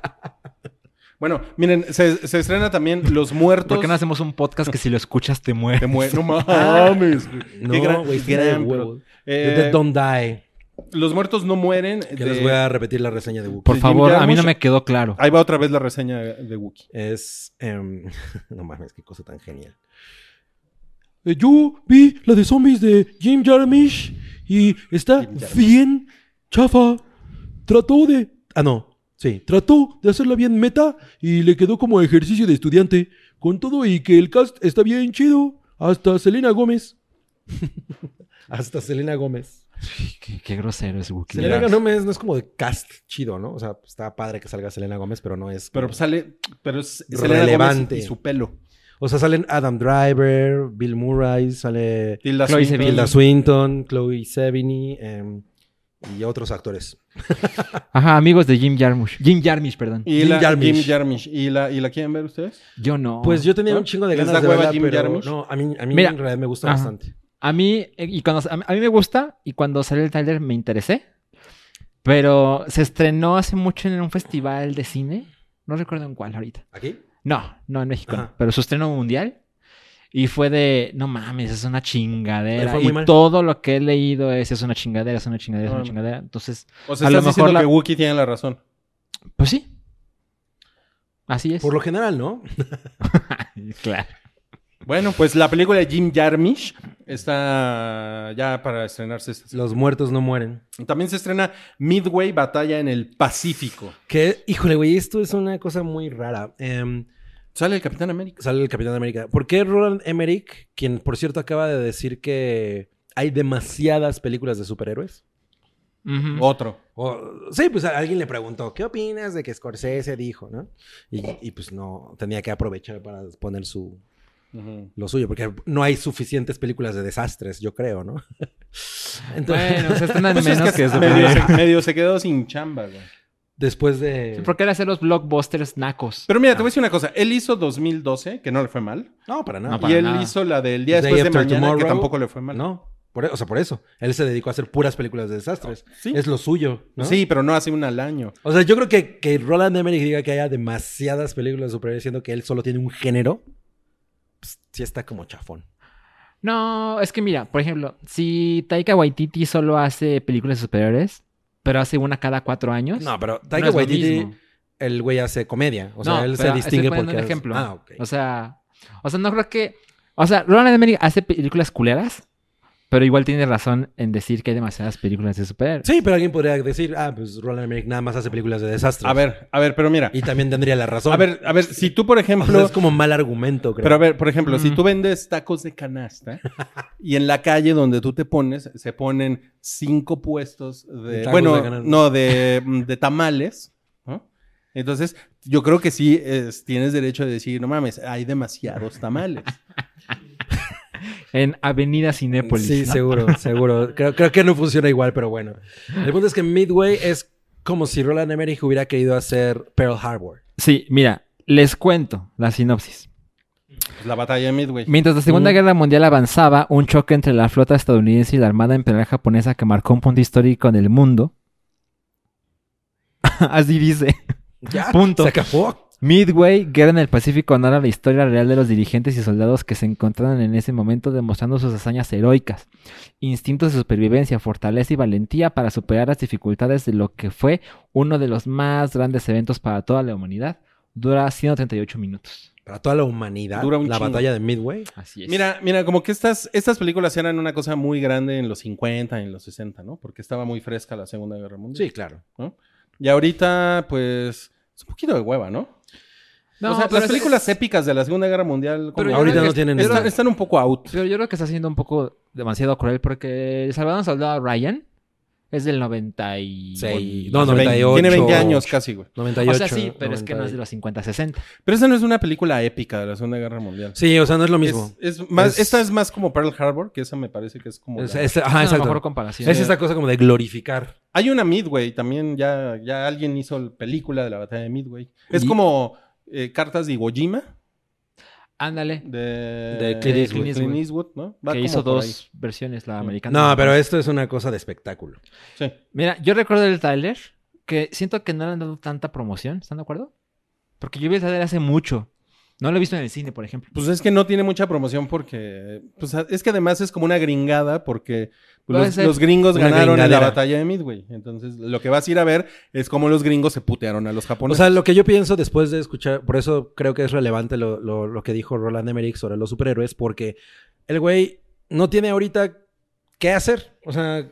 [SPEAKER 2] Bueno, miren, se, se estrena también Los Muertos.
[SPEAKER 4] ¿Por qué no hacemos un podcast que si lo escuchas te
[SPEAKER 2] Te
[SPEAKER 4] mueres?
[SPEAKER 2] mue- no mames. güey.
[SPEAKER 3] no
[SPEAKER 2] [laughs] Qué gran-
[SPEAKER 3] güey, está
[SPEAKER 2] gran
[SPEAKER 3] de huevos.
[SPEAKER 2] Eh,
[SPEAKER 3] The Dead Don't Die
[SPEAKER 2] Los Muertos no mueren.
[SPEAKER 3] que
[SPEAKER 2] de-
[SPEAKER 3] les voy a repetir la reseña de Wookiee
[SPEAKER 4] Por
[SPEAKER 2] Jim
[SPEAKER 4] favor, a mí no
[SPEAKER 2] Jarmusch.
[SPEAKER 4] me quedó claro.
[SPEAKER 2] Ahí va otra vez la reseña de Wookiee.
[SPEAKER 3] es em, [laughs] no mames qué cosa tan genial
[SPEAKER 5] Eh, yo vi la de zombies de Jim Jarmusch y está
[SPEAKER 2] Jim Jarmusch.
[SPEAKER 5] bien chafa. Trató de
[SPEAKER 3] ah no sí
[SPEAKER 5] trató de hacerla bien meta y le quedó como ejercicio de estudiante. Con todo y que el cast está bien chido, hasta Selena Gómez.
[SPEAKER 3] [laughs] hasta Selena Gómez
[SPEAKER 4] Qué, qué grosero es Wookiee.
[SPEAKER 3] Selena Gómez no es como de cast chido, ¿no? O sea, está padre que salga Selena Gómez, pero no es. como-
[SPEAKER 2] Pero pues sale, pero es es
[SPEAKER 3] Relevante.
[SPEAKER 2] y su pelo.
[SPEAKER 3] o sea, salen Adam Driver, Bill Murray, sale
[SPEAKER 2] Tilda
[SPEAKER 4] Chloe
[SPEAKER 2] Swinton.
[SPEAKER 4] Sevigny.
[SPEAKER 3] Tilda Swinton, Chloe Sevigny em, y otros actores.
[SPEAKER 4] Ajá, amigos de Jim Jarmusch. Jim Jarmusch, perdón.
[SPEAKER 2] Y
[SPEAKER 3] Jim
[SPEAKER 2] la,
[SPEAKER 3] Jarmusch.
[SPEAKER 2] Jim Jarmusch. ¿Y la, ¿Y la quieren ver ustedes?
[SPEAKER 4] Yo no.
[SPEAKER 3] Pues yo tenía
[SPEAKER 2] ¿No?
[SPEAKER 3] un chingo de
[SPEAKER 2] ¿Les
[SPEAKER 3] ganas
[SPEAKER 2] da
[SPEAKER 3] de
[SPEAKER 2] hueva
[SPEAKER 3] verla,
[SPEAKER 2] Jim
[SPEAKER 3] pero
[SPEAKER 2] Jarmusch?
[SPEAKER 3] no, a mí, a mí
[SPEAKER 4] Mira.
[SPEAKER 3] en realidad me gusta
[SPEAKER 4] Ajá.
[SPEAKER 3] bastante.
[SPEAKER 4] A mí, eh, y cuando, a mí- a mí me gusta, y cuando salió el tráiler me interesé, pero se estrenó hace mucho en un festival de cine, no recuerdo en cuál ahorita.
[SPEAKER 3] ¿Aquí?
[SPEAKER 4] No, no en México, no,
[SPEAKER 3] Ajá.
[SPEAKER 4] pero su estreno mundial. Y fue de, no mames, es una
[SPEAKER 3] Le
[SPEAKER 4] chingadera.
[SPEAKER 3] fue muy
[SPEAKER 4] Y
[SPEAKER 3] mal.
[SPEAKER 4] todo lo que he leído es, es una chingadera, es una chingadera, es
[SPEAKER 2] Ah.
[SPEAKER 4] una chingadera. Entonces,
[SPEAKER 2] O sea,
[SPEAKER 4] A lo
[SPEAKER 2] estás
[SPEAKER 4] mejor
[SPEAKER 2] diciendo
[SPEAKER 4] la-
[SPEAKER 2] que Wookiee tiene la razón.
[SPEAKER 4] pues sí. Así es.
[SPEAKER 3] Por lo general, ¿no?
[SPEAKER 4] [laughs] Claro.
[SPEAKER 2] Bueno, pues la película de Jim Jarmusch está ya para estrenarse. esta semana.
[SPEAKER 3] Los muertos no mueren.
[SPEAKER 2] También se estrena Midway Batalla en el Pacífico.
[SPEAKER 3] Que, híjole, güey, esto es una cosa muy rara. Em,
[SPEAKER 2] Sale el Capitán América.
[SPEAKER 3] sale el Capitán América. ¿Por qué Roland Emmerich, quien por cierto acaba de decir que hay demasiadas películas de superhéroes?
[SPEAKER 4] Ujú.
[SPEAKER 2] Otro.
[SPEAKER 3] O- sí, pues a- alguien le preguntó, ¿qué opinas de que Scorsese dijo, no? Y, y, pues no, tenía que aprovechar para poner su, lo suyo, porque no hay suficientes películas de desastres, yo creo, ¿no? [laughs] Entonces,
[SPEAKER 4] Bueno, se
[SPEAKER 2] [laughs]
[SPEAKER 4] estrenan
[SPEAKER 2] Pues es
[SPEAKER 4] menos
[SPEAKER 2] que
[SPEAKER 4] que, eso.
[SPEAKER 2] medio, se, medio se quedó sin chamba, güey.
[SPEAKER 3] después de...
[SPEAKER 4] ¿Por qué era hacer los blockbusters nacos?
[SPEAKER 2] Pero mira, te voy a decir una cosa. Él hizo 2012, que no le fue mal.
[SPEAKER 3] No, para nada.
[SPEAKER 4] No,
[SPEAKER 2] y
[SPEAKER 4] para
[SPEAKER 2] él
[SPEAKER 4] nada.
[SPEAKER 2] hizo la del día
[SPEAKER 3] Day
[SPEAKER 2] después de
[SPEAKER 3] After
[SPEAKER 2] mañana, que
[SPEAKER 3] Tomorrow.
[SPEAKER 2] tampoco le fue mal.
[SPEAKER 3] No, por e- o sea, por eso. Él se dedicó a hacer puras películas de desastres.
[SPEAKER 2] Sí.
[SPEAKER 3] Es lo suyo, ¿no?
[SPEAKER 2] Sí, pero no hace una al año.
[SPEAKER 3] O sea, yo creo que, que Roland Emmerich diga que haya demasiadas películas de superhéroes, siendo que él solo tiene un género, pues, sí está como chafón.
[SPEAKER 4] No, es que mira, por ejemplo, si Taika Waititi solo hace películas superiores, pero hace una cada cuatro años.
[SPEAKER 3] No, pero
[SPEAKER 4] no
[SPEAKER 3] Taika
[SPEAKER 4] es lo
[SPEAKER 3] Waititi,
[SPEAKER 4] mismo.
[SPEAKER 3] el güey hace comedia. O sea,
[SPEAKER 4] No,
[SPEAKER 3] él se
[SPEAKER 4] pero ah,
[SPEAKER 3] distingue
[SPEAKER 4] estoy poniendo
[SPEAKER 3] porque...
[SPEAKER 4] un
[SPEAKER 3] hace-
[SPEAKER 4] ejemplo.
[SPEAKER 3] Ah, ok.
[SPEAKER 4] O sea, o sea, no creo que. O sea, Roland Emmerich hace películas culeras, pero igual tiene razón en decir que hay demasiadas películas de superhéroes.
[SPEAKER 3] sí, pero alguien podría decir, ah, pues Roland Emmerich nada más hace películas de desastres.
[SPEAKER 2] A ver, a ver, pero mira.
[SPEAKER 3] Y también tendría la razón.
[SPEAKER 2] A ver, a ver, si tú, por
[SPEAKER 3] O sea,
[SPEAKER 2] ejemplo.
[SPEAKER 3] es como mal argumento, creo.
[SPEAKER 2] Pero a ver, por ejemplo, si
[SPEAKER 4] Mm.
[SPEAKER 2] tú vendes tacos de canasta y en la calle donde tú te pones, se ponen cinco puestos
[SPEAKER 3] De
[SPEAKER 2] de.
[SPEAKER 3] tacos
[SPEAKER 2] bueno,
[SPEAKER 3] de canasta.
[SPEAKER 2] no, de, mm, de tamales. ¿no? Entonces, yo creo que sí es- tienes derecho de decir, no mames, hay demasiados tamales.
[SPEAKER 4] En Avenida Cinépolis.
[SPEAKER 3] Sí, seguro,
[SPEAKER 4] [laughs]
[SPEAKER 3] seguro. Creo, creo que no funciona igual, pero bueno. El punto es que Midway es como si Roland Emmerich hubiera querido hacer Pearl Harbor.
[SPEAKER 4] Sí, mira, les cuento la sinopsis.
[SPEAKER 2] Pues la batalla de Midway.
[SPEAKER 4] Mientras la Segunda
[SPEAKER 3] Mm.
[SPEAKER 4] Guerra Mundial avanzaba, un choque entre la flota estadounidense y la Armada Imperial Japonesa que marcó un punto histórico en el mundo. [laughs] Así dice.
[SPEAKER 3] Ya,
[SPEAKER 4] Punto.
[SPEAKER 3] Se acabó.
[SPEAKER 4] Midway, guerra en el Pacífico, narra la historia real de los dirigentes y soldados que se encontraron en ese momento demostrando sus hazañas heroicas, instintos de supervivencia, fortaleza y valentía para superar las dificultades de lo que fue uno de los más grandes eventos para toda la humanidad. Dura 138 minutos.
[SPEAKER 3] Para toda la humanidad,
[SPEAKER 2] Dura un
[SPEAKER 3] la
[SPEAKER 2] chingo.
[SPEAKER 3] batalla de Midway.
[SPEAKER 4] Así es.
[SPEAKER 2] Mira, mira, como que estas, estas películas eran una cosa muy grande en los 50, en los 60, ¿no? Porque estaba muy fresca la Segunda Guerra Mundial.
[SPEAKER 3] Sí, claro.
[SPEAKER 2] Y ahorita, pues, es un poquito de hueva, ¿no?
[SPEAKER 4] No,
[SPEAKER 2] o sea,
[SPEAKER 4] pero
[SPEAKER 2] las
[SPEAKER 4] es-
[SPEAKER 2] películas épicas de la Segunda Guerra Mundial como
[SPEAKER 4] Pero yo
[SPEAKER 3] Ahorita
[SPEAKER 4] creo
[SPEAKER 3] no
[SPEAKER 4] que-
[SPEAKER 3] tienen
[SPEAKER 2] están,
[SPEAKER 3] nada.
[SPEAKER 2] están un poco out.
[SPEAKER 4] Pero yo creo que está siendo un poco demasiado cruel porque el Salvador Soldado Ryan es del 90 y...
[SPEAKER 3] Seis.
[SPEAKER 4] No,
[SPEAKER 3] No, no, 98.
[SPEAKER 2] Tiene 20 años casi, güey.
[SPEAKER 3] 98.
[SPEAKER 4] o sea, sí, pero es que no es de los 50-60.
[SPEAKER 2] Pero esa no es una película épica de la Segunda Guerra Mundial.
[SPEAKER 3] Sí, o sea, no es lo mismo.
[SPEAKER 2] Es, es más,
[SPEAKER 3] Es-
[SPEAKER 2] esta es más como Pearl Harbor, que esa me parece que es como...
[SPEAKER 3] Es-
[SPEAKER 2] la-
[SPEAKER 3] es- ajá,
[SPEAKER 4] es una mejor
[SPEAKER 3] Ah, exacto.
[SPEAKER 4] comparación.
[SPEAKER 3] Es esta cosa como de glorificar.
[SPEAKER 2] Hay una Midway también, ya, ya alguien hizo la película de la batalla de Midway. Es
[SPEAKER 4] Y-
[SPEAKER 2] como eh, Cartas de Iwo Jima,
[SPEAKER 4] Ándale.
[SPEAKER 2] de,
[SPEAKER 3] De Clint
[SPEAKER 2] de
[SPEAKER 4] Eastwood.
[SPEAKER 2] Clint Eastwood, ¿no? Va
[SPEAKER 4] que
[SPEAKER 2] como
[SPEAKER 4] hizo
[SPEAKER 2] por
[SPEAKER 4] dos versiones, la americana.
[SPEAKER 3] No, pero esto es una cosa de espectáculo.
[SPEAKER 2] ahí. Sí.
[SPEAKER 4] Mira, yo recuerdo el tráiler que siento que no le han dado tanta promoción. ¿Están de acuerdo? Porque yo vi el tráiler hace mucho. No lo he visto en el cine, por ejemplo.
[SPEAKER 2] Pues es que no tiene mucha promoción porque... Pues a- es que además es como una gringada porque pues,
[SPEAKER 4] Puede
[SPEAKER 2] los,
[SPEAKER 4] ser.
[SPEAKER 2] los gringos
[SPEAKER 3] Una
[SPEAKER 2] ganaron en la
[SPEAKER 3] gringadera.
[SPEAKER 2] batalla de Midway. Entonces lo que vas a ir a ver es cómo los gringos se putearon a los
[SPEAKER 3] O
[SPEAKER 2] japoneses.
[SPEAKER 3] sea, lo que yo pienso después de escuchar, por eso creo que es relevante lo, lo- lo que dijo Roland Emmerich sobre los superhéroes, porque el güey no tiene ahorita qué hacer. O sea,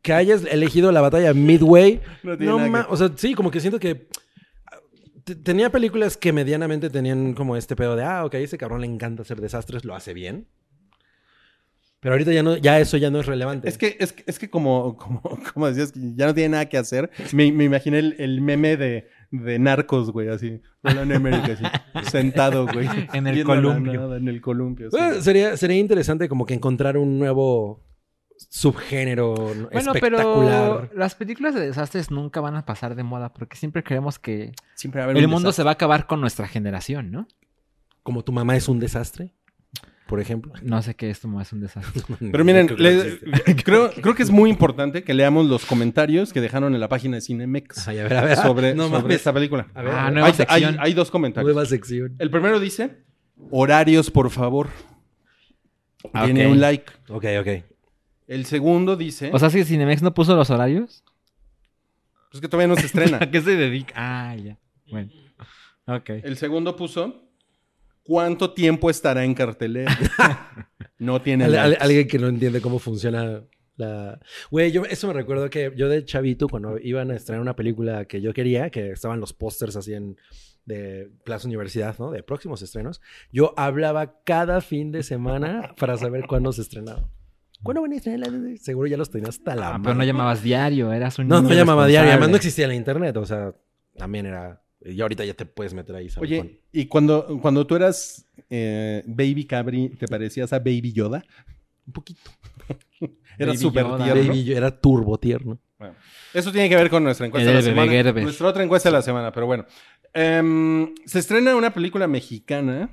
[SPEAKER 3] que hayas elegido la batalla Midway.
[SPEAKER 2] [laughs] No tiene
[SPEAKER 3] No,
[SPEAKER 2] nada que-
[SPEAKER 3] ma- o sea, sí, como que siento que te- tenía películas que medianamente tenían como este pedo de, ah, ok, ese cabrón le encanta hacer desastres, lo hace bien. Pero ahorita ya no, ya eso ya no es relevante.
[SPEAKER 2] Es que, es que, es que como, como, [laughs] como decías, que ya no tiene nada que hacer. Me, me imaginé el, el meme de, de narcos, güey, así. Roland Emmerich, así. [laughs] Sentado, güey.
[SPEAKER 4] En el
[SPEAKER 2] viendo la
[SPEAKER 4] columpio.
[SPEAKER 2] nada, en el columpio. así.
[SPEAKER 3] Bueno, Pues, sería, sería interesante como que encontrar un nuevo subgénero
[SPEAKER 4] Bueno,
[SPEAKER 3] espectacular.
[SPEAKER 4] pero las películas de desastres nunca van a pasar de moda porque siempre creemos que
[SPEAKER 2] Siempre va a haber
[SPEAKER 4] el
[SPEAKER 2] un
[SPEAKER 4] mundo
[SPEAKER 2] desastre.
[SPEAKER 4] se va a acabar con nuestra generación, ¿no?
[SPEAKER 3] Como tu mamá es un desastre, por [laughs] ejemplo.
[SPEAKER 4] No sé qué esto es un desastre.
[SPEAKER 2] Pero miren, le- [laughs] creo, creo que es muy importante que leamos los comentarios que dejaron en la página de Cinemex
[SPEAKER 3] Ay, a ver, a ver.
[SPEAKER 2] sobre,
[SPEAKER 3] No
[SPEAKER 2] sobre
[SPEAKER 3] mames.
[SPEAKER 2] esta película.
[SPEAKER 3] A ver,
[SPEAKER 4] Ah,
[SPEAKER 3] a ver.
[SPEAKER 4] nueva
[SPEAKER 2] Hay, hay-
[SPEAKER 4] sección.
[SPEAKER 2] hay dos comentarios.
[SPEAKER 3] Nueva sección.
[SPEAKER 2] El primero dice, horarios, por favor. Tiene
[SPEAKER 4] Ok.
[SPEAKER 2] un like.
[SPEAKER 3] Ah, Ok, ok.
[SPEAKER 2] El segundo
[SPEAKER 3] ¿Eh?
[SPEAKER 2] dice,
[SPEAKER 4] O sea, si Cinemex no puso los horarios,
[SPEAKER 2] pues que todavía no se
[SPEAKER 3] [laughs]
[SPEAKER 2] estrena.
[SPEAKER 4] [laughs] ¿a qué se dedica? Ah, ya. Bueno. Ok.
[SPEAKER 2] El segundo puso, ¿cuánto tiempo estará en
[SPEAKER 3] [laughs]
[SPEAKER 2] cartelera? No tiene
[SPEAKER 3] Al- al-
[SPEAKER 2] likes.
[SPEAKER 3] alguien que no entiende cómo funciona la... Güey, yo, eso me recuerdo que yo de chavito, cuando iban a estrenar una película que yo quería, que estaban los pósters así en de Plaza Universidad, ¿no? De próximos estrenos. Yo hablaba cada fin de semana para saber cuándo se estrenaba. ¿Cuándo van a estrenar? la- Seguro ya los tenía hasta la
[SPEAKER 4] Ah, pero no
[SPEAKER 3] madre.
[SPEAKER 4] llamabas diario, eras un
[SPEAKER 3] No,
[SPEAKER 4] niño
[SPEAKER 3] no llamaba diario. Además no
[SPEAKER 4] responsable.
[SPEAKER 3] existía la internet. O sea, también era... Y ahorita ya te puedes meter ahí. ¿sabes?
[SPEAKER 2] Oye, ¿y cuando, cuando tú eras eh, Baby Cabri, te parecías a Baby Yoda?
[SPEAKER 3] un poquito.
[SPEAKER 2] Era
[SPEAKER 4] Baby
[SPEAKER 2] súper
[SPEAKER 4] Yoda.
[SPEAKER 2] tierno.
[SPEAKER 3] Baby, yo era turbo tierno.
[SPEAKER 2] Eso tiene que ver con nuestra encuesta
[SPEAKER 4] El
[SPEAKER 2] de la
[SPEAKER 4] bebé
[SPEAKER 2] semana.
[SPEAKER 4] Gerber.
[SPEAKER 2] Nuestra otra encuesta de la semana, pero bueno. Em, se estrena una película mexicana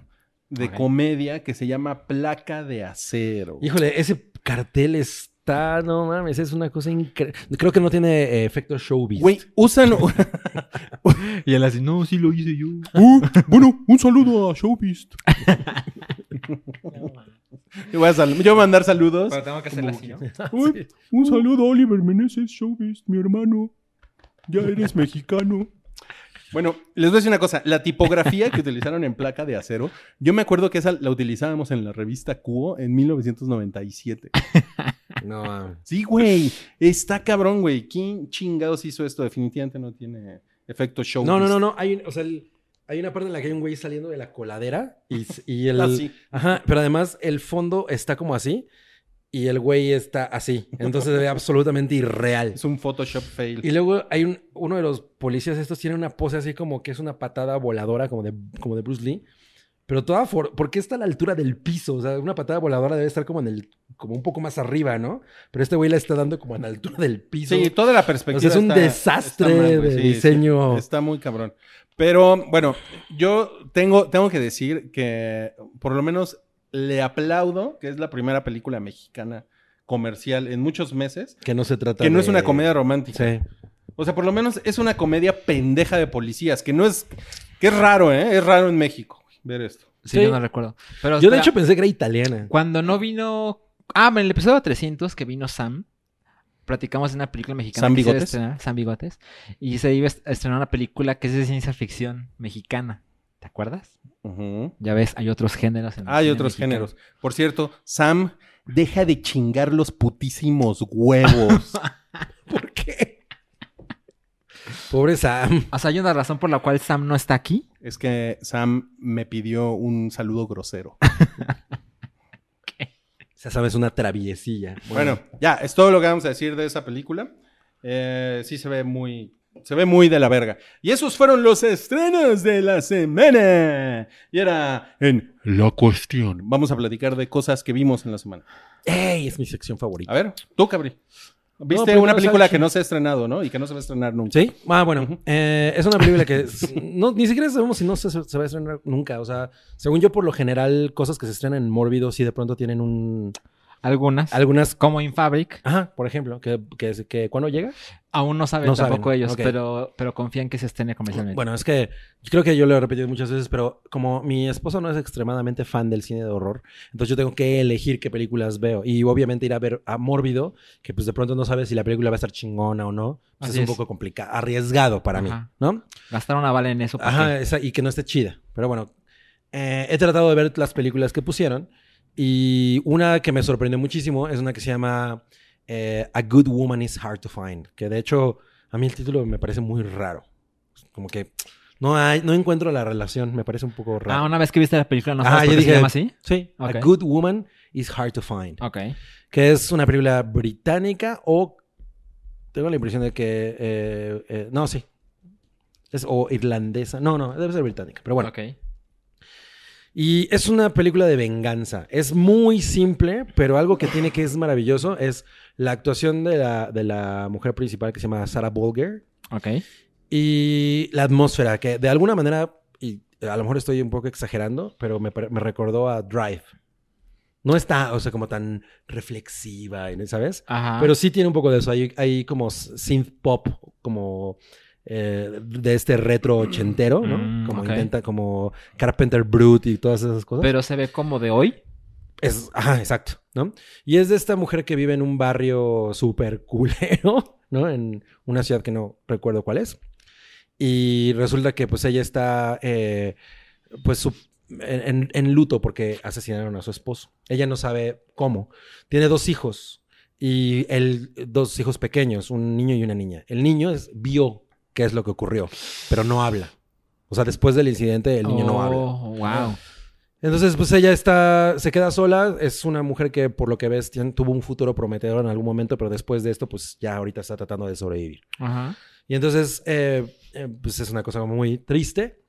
[SPEAKER 2] de
[SPEAKER 4] Ok.
[SPEAKER 2] comedia que se llama Placa de Acero.
[SPEAKER 3] Híjole, ese cartel está, no mames, es una cosa increíble. Creo que no tiene eh, efecto showbiz.
[SPEAKER 2] Güey, usan...
[SPEAKER 4] Y él así, no, sí lo hice yo.
[SPEAKER 2] bueno, un saludo a Showbiz. yo, voy a sal- yo voy a mandar saludos.
[SPEAKER 4] tengo que
[SPEAKER 3] [laughs]
[SPEAKER 4] hacerla así, ¿no?
[SPEAKER 2] Uy, un saludo a Oliver Meneses, Showbiz, mi hermano. Ya [laughs] eres mexicano. Bueno, les voy a decir una cosa. La tipografía
[SPEAKER 3] [laughs]
[SPEAKER 2] que utilizaron en placa de acero, yo me acuerdo que esa la utilizábamos en la revista Cuo en 1997.
[SPEAKER 3] No ah, mames.
[SPEAKER 2] Sí, güey. Está cabrón, güey. ¿Quién chingados hizo esto? Definitivamente no tiene efecto showbiz.
[SPEAKER 3] No, no, no, no. Hay, un- o sea, el- hay una parte en la que hay un güey saliendo de la coladera y, s-
[SPEAKER 2] [laughs]
[SPEAKER 3] y el.
[SPEAKER 2] Ah, sí.
[SPEAKER 3] Ajá, pero además el fondo está como así y el güey está así. Entonces se ve absolutamente irreal.
[SPEAKER 2] Es un Photoshop fail.
[SPEAKER 3] Y luego hay un, uno de los policías, estos tiene una pose así como que es una patada voladora, como de, como de Bruce Lee. Pero toda for, porque está a la altura del piso. O sea, una patada voladora debe estar como en el, como un poco más arriba, ¿no? Pero este güey la está dando como a la altura del piso.
[SPEAKER 2] Sí, toda la perspectiva.
[SPEAKER 3] O sea, es un
[SPEAKER 2] está-
[SPEAKER 3] desastre
[SPEAKER 2] está mal, güey.
[SPEAKER 3] de
[SPEAKER 2] Sí, sí.
[SPEAKER 3] diseño.
[SPEAKER 2] Está muy cabrón. Pero bueno, yo tengo, tengo que decir que por lo menos le aplaudo que es la primera película mexicana comercial en muchos meses.
[SPEAKER 3] que no se trata
[SPEAKER 2] Que no es
[SPEAKER 3] de-
[SPEAKER 2] una comedia romántica.
[SPEAKER 3] Sí.
[SPEAKER 2] O sea, por lo menos es una comedia pendeja de policías, que no es. que es raro, ¿eh? Es raro en México güey, ver esto.
[SPEAKER 4] Sí,
[SPEAKER 3] Sí.
[SPEAKER 4] yo no recuerdo. Pero
[SPEAKER 3] Yo de
[SPEAKER 4] espera,
[SPEAKER 3] hecho pensé que era italiana.
[SPEAKER 4] cuando no vino... Ah, en el episodio 300 que vino Sam, platicamos de una película mexicana.
[SPEAKER 2] ¿Sam
[SPEAKER 4] que se iba a
[SPEAKER 2] Bigotes?
[SPEAKER 4] estrenar, Sam Bigotes. Y se iba a est- a estrenar una película que es de ciencia ficción mexicana. ¿Te acuerdas?
[SPEAKER 2] Ujú.
[SPEAKER 4] Ya ves, hay otros géneros. en el
[SPEAKER 2] Hay
[SPEAKER 4] cine
[SPEAKER 2] otros
[SPEAKER 4] mexicano.
[SPEAKER 2] géneros. Por cierto, Sam, deja de chingar los putísimos
[SPEAKER 3] [laughs]
[SPEAKER 2] huevos.
[SPEAKER 3] ¿Por qué? Pobre Sam.
[SPEAKER 4] O sea, hay una razón por la cual Sam no está aquí.
[SPEAKER 2] Es que Sam me pidió un saludo grosero.
[SPEAKER 3] O sea, Sam es una traviesilla.
[SPEAKER 2] Bueno, ya, es todo lo que vamos a decir de esa película. Eh, sí se ve muy. Se ve muy de la verga. Y esos fueron los estrenos de la semana. Y era en La Cuestión. Vamos a platicar de cosas que vimos en la semana.
[SPEAKER 3] ¡Ey! Es mi sección favorita.
[SPEAKER 2] A ver, tú, Cabri.
[SPEAKER 3] No,
[SPEAKER 2] Viste
[SPEAKER 3] primero
[SPEAKER 2] una película
[SPEAKER 3] sabes-
[SPEAKER 2] que pues, no se ha estrenado, ¿no? Y que no se va a estrenar nunca.
[SPEAKER 3] Sí, ah, bueno, eh, es una película
[SPEAKER 4] [laughs]
[SPEAKER 3] que s- no, ni siquiera sabemos si no se, se va a estrenar nunca. O sea, según yo, por lo general, cosas que se estrenan en Mórbido sí de pronto tienen un.
[SPEAKER 4] Algunas.
[SPEAKER 3] Algunas.
[SPEAKER 4] como Infabric.
[SPEAKER 3] Ajá, por ejemplo, que, que, que cuando llega.
[SPEAKER 4] Aún no saben
[SPEAKER 3] No
[SPEAKER 4] tampoco
[SPEAKER 3] saben,
[SPEAKER 4] ellos,
[SPEAKER 3] ok.
[SPEAKER 4] pero, pero confían que se estrene comercialmente.
[SPEAKER 3] Bueno, es que yo creo que yo lo he repetido muchas veces, pero como mi esposa no es extremadamente fan del cine de horror, entonces yo tengo que elegir qué películas veo. Y obviamente ir a ver a Mórbido, que pues de pronto no sabes si la película va a estar chingona o no. pues
[SPEAKER 4] Así
[SPEAKER 3] es un
[SPEAKER 4] es.
[SPEAKER 3] poco complicado, arriesgado para
[SPEAKER 4] Ajá.
[SPEAKER 3] mí, ¿no?
[SPEAKER 4] Gastaron una bala en eso. ¿pa'
[SPEAKER 3] Ajá,
[SPEAKER 4] qué?
[SPEAKER 3] esa- y que no esté chida. Pero bueno, eh, he tratado de ver las películas que pusieron. Y una que me sorprendió muchísimo es una que se llama eh, A Good Woman is Hard to Find. Que de hecho, a mí el título me parece muy raro. Como que no, hay, no encuentro la relación, me parece un poco raro.
[SPEAKER 4] Ah, una vez que viste la película, ¿no
[SPEAKER 3] Ah,
[SPEAKER 4] sabes
[SPEAKER 3] yo
[SPEAKER 4] por qué
[SPEAKER 3] dije-
[SPEAKER 4] se llama así?
[SPEAKER 3] Sí,
[SPEAKER 4] Ok.
[SPEAKER 3] A Good Woman Is Hard to Find,
[SPEAKER 4] Ok.
[SPEAKER 3] que es una película británica o tengo la impresión de que eh, eh, no, sí. Es o irlandesa. No, no, debe ser británica, pero bueno.
[SPEAKER 4] ok.
[SPEAKER 3] Y es una película de venganza. Es muy simple, pero algo que tiene que es maravilloso es la actuación de la, de la mujer principal que se llama Sarah Bolger
[SPEAKER 4] Ok.
[SPEAKER 3] y la atmósfera, que de alguna manera, y a lo mejor estoy un poco exagerando, pero me, pare- me recordó a Drive. No está, o sea, como tan reflexiva, y- ¿sabes?
[SPEAKER 4] Ajá.
[SPEAKER 3] Pero sí tiene un poco de eso. Hay, hay como synth pop, como eh, de este retro ochentero, ¿no?
[SPEAKER 4] Mm,
[SPEAKER 3] como
[SPEAKER 4] ok.
[SPEAKER 3] intenta, como Carpenter Brute y todas esas cosas.
[SPEAKER 4] Pero se ve como de hoy.
[SPEAKER 3] Es, ajá, exacto, ¿no? Y es de esta mujer que vive en un barrio súper culero, [laughs] ¿no? En una ciudad que no recuerdo cuál es. Y resulta que pues ella está, eh, pues, su- en, en- en luto porque asesinaron a su esposo. Ella no sabe cómo. Tiene dos hijos y el, dos hijos pequeños, un niño y una niña. El niño es, vio qué es lo que ocurrió, pero no habla. O sea, después del incidente el niño no habla.
[SPEAKER 4] Oh, Wow.
[SPEAKER 3] Entonces, pues ella está, se queda sola. Es una mujer que, por lo que ves, tien- tuvo un futuro prometedor en algún momento, pero después de esto, pues ya ahorita está tratando de sobrevivir.
[SPEAKER 4] Ajá.
[SPEAKER 3] Y entonces, eh, eh, pues es una cosa muy triste.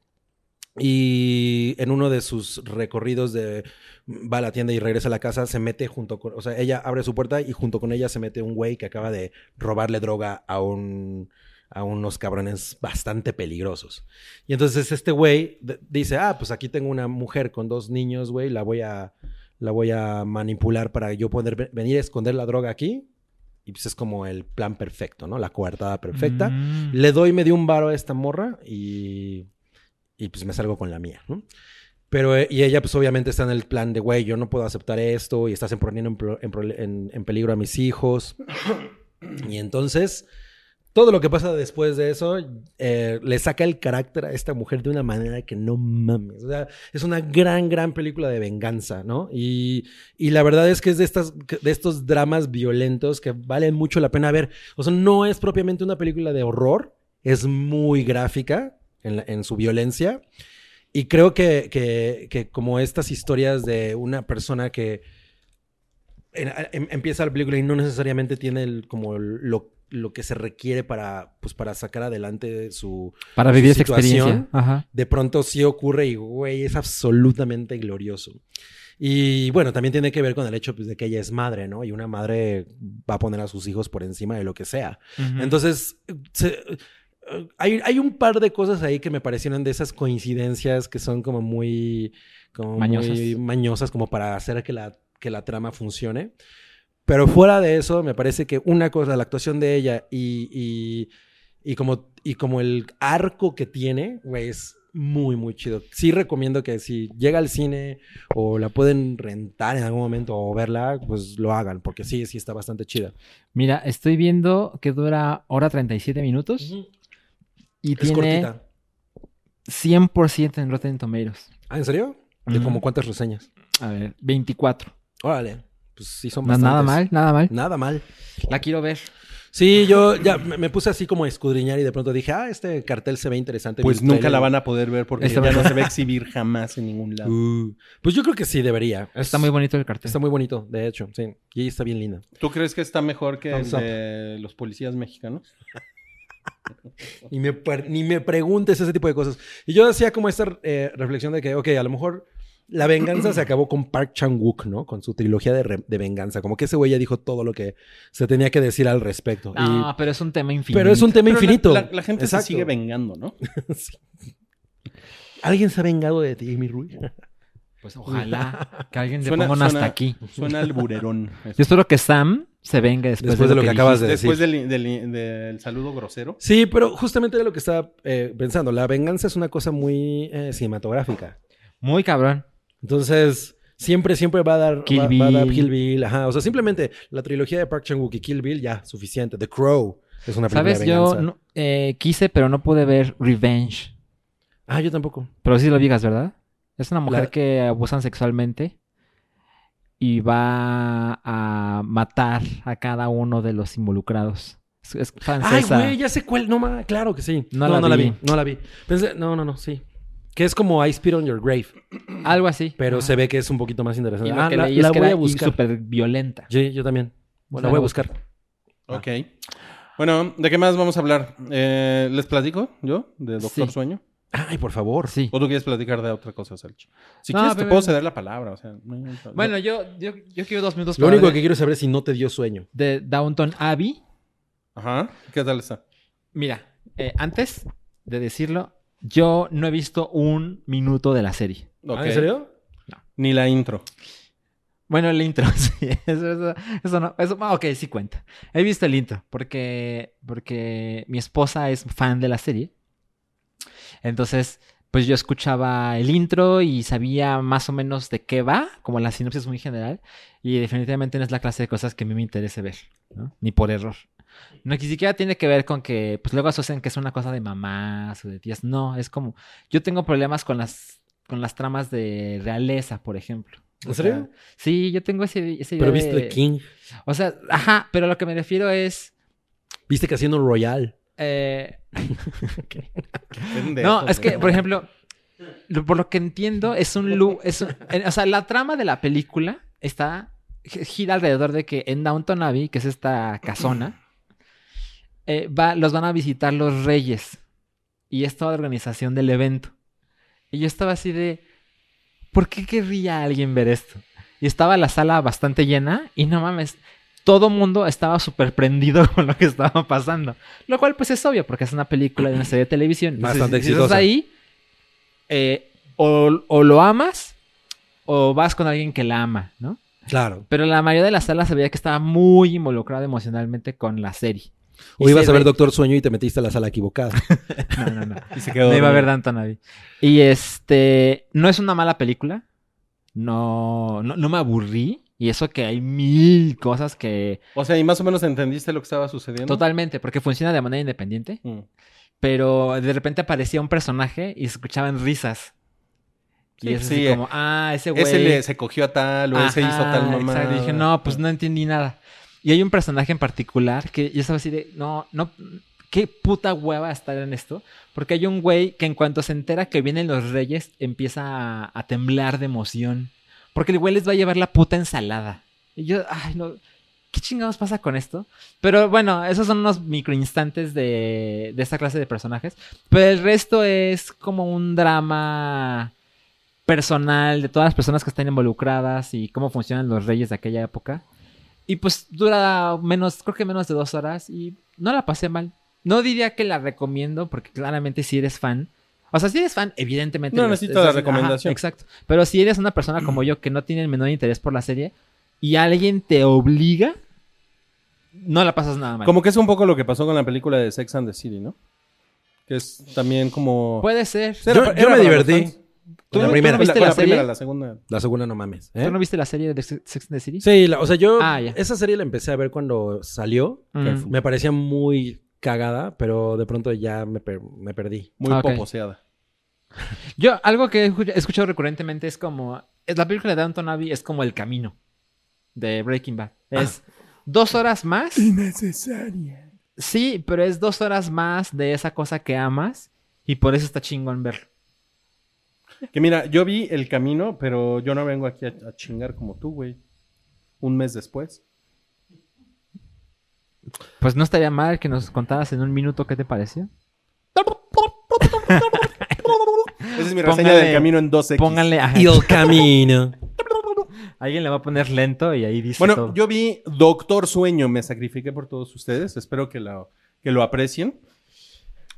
[SPEAKER 3] Y en uno de sus recorridos de mm, va a la tienda y regresa a la casa, se mete junto con, o sea, ella abre su puerta y junto con ella se mete un güey que acaba de robarle droga a un a unos cabrones bastante peligrosos. Y entonces este güey d- dice, "Ah, pues aquí tengo una mujer con dos niños, güey, la voy a la voy a manipular para yo poder ve- venir a esconder la droga aquí." Y pues es como el plan perfecto, ¿no? La coartada perfecta.
[SPEAKER 4] Mm.
[SPEAKER 3] Le doy medio un varo a esta morra y, y pues me salgo con la mía, ¿no? Pero, eh, y ella pues obviamente está en el plan de, güey, yo no puedo aceptar esto y estás en- poniendo en, pro- en prole- en- en peligro a mis hijos. Y entonces, todo lo que pasa después de eso eh, le saca el carácter a esta mujer de una manera que no mames. O sea, es una gran, gran película de venganza, ¿no? Y, y la verdad es que es de, estas, de estos dramas violentos que valen mucho la pena ver. O sea, no es propiamente una película de horror, es muy gráfica en, la- en su violencia. Y creo que, que- que como estas historias de una persona que en- em- empieza la película y no necesariamente tiene el- como lo, lo que se requiere para, pues, para sacar adelante su...
[SPEAKER 4] Para vivir
[SPEAKER 3] su
[SPEAKER 4] esa experiencia.
[SPEAKER 3] situación.
[SPEAKER 4] Ajá.
[SPEAKER 3] De pronto sí ocurre y, güey, es absolutamente glorioso. Y bueno, también tiene que ver con el hecho pues, de que ella es madre, ¿no? Y una madre va a poner a sus hijos por encima de lo que sea.
[SPEAKER 4] Ujú.
[SPEAKER 3] Entonces, se- eh, hay, hay un par de cosas ahí que me parecieron de esas coincidencias que son como muy, como
[SPEAKER 4] Mañosas.
[SPEAKER 3] muy mañosas, como para hacer que la, que la trama funcione. Pero fuera de eso, me parece que una cosa, la actuación de ella y, y, y como, y como el arco que tiene, güey, es muy, muy chido. Sí recomiendo que si llega al cine o la pueden rentar en algún momento o verla, pues lo hagan, porque sí, sí está bastante chida.
[SPEAKER 4] Mira, estoy viendo que dura hora 37 minutos y
[SPEAKER 3] Es
[SPEAKER 4] tiene
[SPEAKER 3] cortita.
[SPEAKER 4] 100% en Rotten Tomatoes.
[SPEAKER 3] Ah, ¿en serio? ¿De
[SPEAKER 4] Ujú.
[SPEAKER 3] como cuántas reseñas?
[SPEAKER 4] A ver, 24.
[SPEAKER 3] Órale. Pues sí son
[SPEAKER 4] No,
[SPEAKER 3] bastantes.
[SPEAKER 4] nada mal, nada mal.
[SPEAKER 3] Nada mal.
[SPEAKER 4] La quiero ver.
[SPEAKER 3] Sí, yo ya me, me puse así como a escudriñar y de pronto dije, ah, este cartel se ve interesante.
[SPEAKER 2] Pues nunca la van a poder ver porque
[SPEAKER 4] Esta
[SPEAKER 2] ya no
[SPEAKER 4] verdad.
[SPEAKER 2] se va Uh, a exhibir jamás en ningún lado.
[SPEAKER 3] pues yo creo que sí debería. Es-
[SPEAKER 4] Está muy bonito el cartel.
[SPEAKER 3] Está muy bonito, de hecho, sí. Y está bien linda.
[SPEAKER 2] ¿Tú crees que está mejor que el
[SPEAKER 3] Thumbs up.
[SPEAKER 2] de los policías mexicanos?
[SPEAKER 3] Ni me, per- ni me preguntes ese tipo de cosas. Y yo hacía como esta eh, reflexión de que, ok, a lo mejor la venganza se acabó con Park Chan-wook, ¿no? Con su trilogía de, re- de venganza. Como que ese güey ya dijo todo lo que se tenía que decir al respecto. Y-
[SPEAKER 4] No, pero es un tema infinito.
[SPEAKER 3] pero es un tema
[SPEAKER 2] Ah, Pero la-
[SPEAKER 3] infinito.
[SPEAKER 2] La, la gente
[SPEAKER 3] Exacto.
[SPEAKER 2] se sigue vengando, ¿no?
[SPEAKER 3] ¿Alguien se ha vengado de ti, mi Rui?
[SPEAKER 4] Pues
[SPEAKER 3] [laughs]
[SPEAKER 4] ojalá que alguien le
[SPEAKER 2] Suena-
[SPEAKER 4] ponga un hasta
[SPEAKER 2] suena-
[SPEAKER 4] aquí.
[SPEAKER 2] Suena al [laughs] burerón.
[SPEAKER 4] Yo espero que Sam se venga después,
[SPEAKER 3] Después de lo que acabas de decir.
[SPEAKER 2] Después del, del- del saludo grosero.
[SPEAKER 3] Sí, pero justamente era lo que estaba eh, pensando. La venganza es una cosa muy eh, cinematográfica.
[SPEAKER 4] dijiste. Muy cabrón.
[SPEAKER 3] Entonces, siempre, siempre va a dar
[SPEAKER 4] Kill
[SPEAKER 3] va, va a dar
[SPEAKER 4] Bill.
[SPEAKER 3] Kill Bill. Ajá. O sea, simplemente la trilogía de Park Chan-wook y Kill Bill, ya, suficiente. The Crow es una película
[SPEAKER 4] ¿Sabes?
[SPEAKER 3] de
[SPEAKER 4] Yo
[SPEAKER 3] venganza.
[SPEAKER 4] no- eh, quise, pero no pude ver Revenge.
[SPEAKER 3] Ah, yo tampoco.
[SPEAKER 4] Pero sí lo digas, ¿verdad? Es una mujer
[SPEAKER 3] La-
[SPEAKER 4] que abusan sexualmente y va a matar a cada uno de los involucrados. Es, es francesa.
[SPEAKER 3] Ay, güey, ya sé cuál. No, ma, claro que sí.
[SPEAKER 4] No
[SPEAKER 3] no
[SPEAKER 4] la
[SPEAKER 3] la
[SPEAKER 4] vi.
[SPEAKER 3] vi. No la vi. Pensé, no, no, no, sí. Que es como I Spit on Your Grave,
[SPEAKER 4] Algo así.
[SPEAKER 3] pero
[SPEAKER 4] Ajá.
[SPEAKER 3] se ve que es un poquito más interesante.
[SPEAKER 4] Ah. Y lo
[SPEAKER 3] Ah,
[SPEAKER 4] que
[SPEAKER 3] la,
[SPEAKER 4] leí es
[SPEAKER 3] la
[SPEAKER 4] que
[SPEAKER 3] voy
[SPEAKER 4] era
[SPEAKER 3] a buscar.
[SPEAKER 4] súper violenta.
[SPEAKER 3] Sí, yo también.
[SPEAKER 4] Bueno,
[SPEAKER 3] la voy a buscar.
[SPEAKER 2] Ok. Bueno, ¿de qué más vamos a hablar? Eh, ¿Les platico yo de Doctor
[SPEAKER 4] Sí.
[SPEAKER 2] Sueño?
[SPEAKER 3] Ay, por favor.
[SPEAKER 4] Sí.
[SPEAKER 2] ¿O tú quieres platicar de otra cosa, Salchi? Si
[SPEAKER 4] No,
[SPEAKER 2] quieres, te
[SPEAKER 4] pero-
[SPEAKER 2] puedo ceder la palabra. o sea, no hay ningún problema.
[SPEAKER 4] Bueno, yo, yo, yo quiero dos minutos
[SPEAKER 3] Lo
[SPEAKER 4] para
[SPEAKER 3] único que
[SPEAKER 4] hablar
[SPEAKER 3] quiero saber es si no te dio sueño.
[SPEAKER 4] de Downton Abbey.
[SPEAKER 2] Ajá. ¿Qué tal está?
[SPEAKER 4] Mira, eh, antes de decirlo, yo no he visto un minuto de la serie.
[SPEAKER 2] Ok.
[SPEAKER 3] Ah, ¿En serio?
[SPEAKER 2] Ni la intro.
[SPEAKER 4] Bueno, el intro, [laughs] sí. Eso, eso- eso no. Eso, ah, ok, sí cuenta. He visto el intro porque, porque mi esposa es fan de la serie. Entonces, pues yo escuchaba el intro y sabía más o menos de qué va, como la sinopsis muy general. Y definitivamente no es la clase de cosas que a mí me interese ver, ¿no? Ni por error. No, que siquiera tiene que ver con que, pues luego asocian que es una cosa de mamás o de tías. No, es como, yo tengo problemas con las, con las tramas de realeza, por ejemplo.
[SPEAKER 3] ¿En
[SPEAKER 4] O sea,
[SPEAKER 3] serio?
[SPEAKER 4] sí, yo tengo ese, ese
[SPEAKER 3] Pero
[SPEAKER 4] idea
[SPEAKER 3] viste
[SPEAKER 4] de-
[SPEAKER 3] The King.
[SPEAKER 4] O sea, ajá, pero lo que me refiero es...
[SPEAKER 3] Viste Casino Royal.
[SPEAKER 4] eh,
[SPEAKER 2] Pendejo,
[SPEAKER 4] No, es que,
[SPEAKER 2] güey.
[SPEAKER 4] por ejemplo, lo- por lo que entiendo, es un... lu- Es un- en- o sea, la trama de la película está... gi- Gira alrededor de que en Downton Abbey, que es esta casona, eh, va, los van a visitar los reyes. Y es toda la organización del evento. Y yo estaba así de... ¿Por qué querría alguien ver esto? Y estaba la sala bastante llena y no mames, todo mundo estaba súper prendido [laughs] con lo que estaba pasando. Lo cual pues es obvio porque es una película de una serie de televisión. Entonces,
[SPEAKER 3] Bastante
[SPEAKER 4] si, si estás
[SPEAKER 3] exitosa.
[SPEAKER 4] ahí, eh, o, o lo amas o vas con alguien que la ama, ¿no?
[SPEAKER 3] Claro.
[SPEAKER 4] Pero la mayoría de las salas se veía que estaba muy involucrada emocionalmente con la serie.
[SPEAKER 3] O
[SPEAKER 4] Y
[SPEAKER 3] ibas
[SPEAKER 4] se
[SPEAKER 3] a ver
[SPEAKER 4] ve-
[SPEAKER 3] Doctor Sueño y te metiste a la sala [laughs] equivocada.
[SPEAKER 4] No, no, no.
[SPEAKER 2] Y se quedó
[SPEAKER 4] No iba a ver
[SPEAKER 2] dormido.
[SPEAKER 4] Downton Abbey. Y este, no es una mala película. No, no, no me aburrí. Y eso que hay mil cosas que...
[SPEAKER 2] O sea, y más o menos entendiste lo que estaba sucediendo.
[SPEAKER 4] Totalmente, porque funciona de manera independiente.
[SPEAKER 2] Mm.
[SPEAKER 4] Pero de repente aparecía un personaje y se escuchaban risas. Y
[SPEAKER 2] Sí,
[SPEAKER 4] es
[SPEAKER 2] sí,
[SPEAKER 4] así
[SPEAKER 2] eh.
[SPEAKER 4] como, ah, ese güey...
[SPEAKER 2] Ese le- se cogió a tal o ese hizo
[SPEAKER 4] Ajá,
[SPEAKER 2] tal mamá.
[SPEAKER 4] exacto. Y dije, no, pues no entendí nada. Y hay un personaje en particular que yo estaba así de, no, no, qué puta hueva estar en esto. Porque hay un güey que en cuanto se entera que vienen los reyes, empieza a, a temblar de emoción. Porque el güey les va a llevar la puta ensalada. Y yo, ay, no, ¿qué chingados pasa con esto? Pero bueno, esos son unos microinstantes de, de esta clase de personajes. Pero el resto es como un drama personal de todas las personas que están involucradas y cómo funcionan los reyes de aquella época. Y pues dura menos, creo que menos de dos horas y no la pasé mal. No diría que la recomiendo porque claramente si eres fan. O sea, si eres fan, evidentemente...
[SPEAKER 2] No
[SPEAKER 4] lo-
[SPEAKER 2] necesito
[SPEAKER 4] estás-
[SPEAKER 2] la
[SPEAKER 4] ajá,
[SPEAKER 2] recomendación.
[SPEAKER 4] exacto. Pero si eres una persona como yo que no tiene el menor interés por la serie y alguien te obliga, no la pasas nada mal.
[SPEAKER 2] Como que es un poco lo que pasó con la película de Sex and the City, ¿no? Que es también como...
[SPEAKER 4] Puede ser.
[SPEAKER 2] Era- Pues era
[SPEAKER 3] Yo- yo me
[SPEAKER 2] para los
[SPEAKER 3] divertí.
[SPEAKER 2] fans. Tú-
[SPEAKER 3] la
[SPEAKER 2] tú
[SPEAKER 3] primera.
[SPEAKER 2] no viste
[SPEAKER 4] ¿Viste
[SPEAKER 2] la,
[SPEAKER 4] la serie?
[SPEAKER 2] primera, la segunda.
[SPEAKER 3] La segunda no mames. ¿eh?
[SPEAKER 4] ¿Tú no viste la serie de Sex Sex and the City?
[SPEAKER 3] Sí, la- o sea, yo
[SPEAKER 4] Ah, ya.
[SPEAKER 3] esa serie la empecé a ver cuando salió.
[SPEAKER 4] Mm.
[SPEAKER 3] Me parecía muy cagada, pero de pronto ya me, per- me perdí.
[SPEAKER 2] Muy
[SPEAKER 4] Ah, ok.
[SPEAKER 2] poposeada.
[SPEAKER 4] Yo, algo que he escu- he escuchado recurrentemente es como. es La película de Downton Abbey es como el camino de Breaking Bad. Es dos horas más. Innecesaria. Sí, pero es dos horas más de esa cosa que amas y por eso está chingón verlo.
[SPEAKER 2] Que mira, yo vi El Camino, pero yo no vengo aquí a, a chingar como tú, güey. Un mes después.
[SPEAKER 4] Pues no estaría mal que nos contaras en un minuto qué te pareció.
[SPEAKER 2] Esa es mi reseña
[SPEAKER 4] Póngale-
[SPEAKER 2] del Camino en 12
[SPEAKER 4] Pónganle a.
[SPEAKER 3] [laughs] Y el camino.
[SPEAKER 4] Alguien le va a poner lento y ahí dice.
[SPEAKER 2] Bueno,
[SPEAKER 4] todo.
[SPEAKER 2] yo vi Doctor Sueño, me sacrifiqué por todos ustedes, espero que lo, que lo aprecien.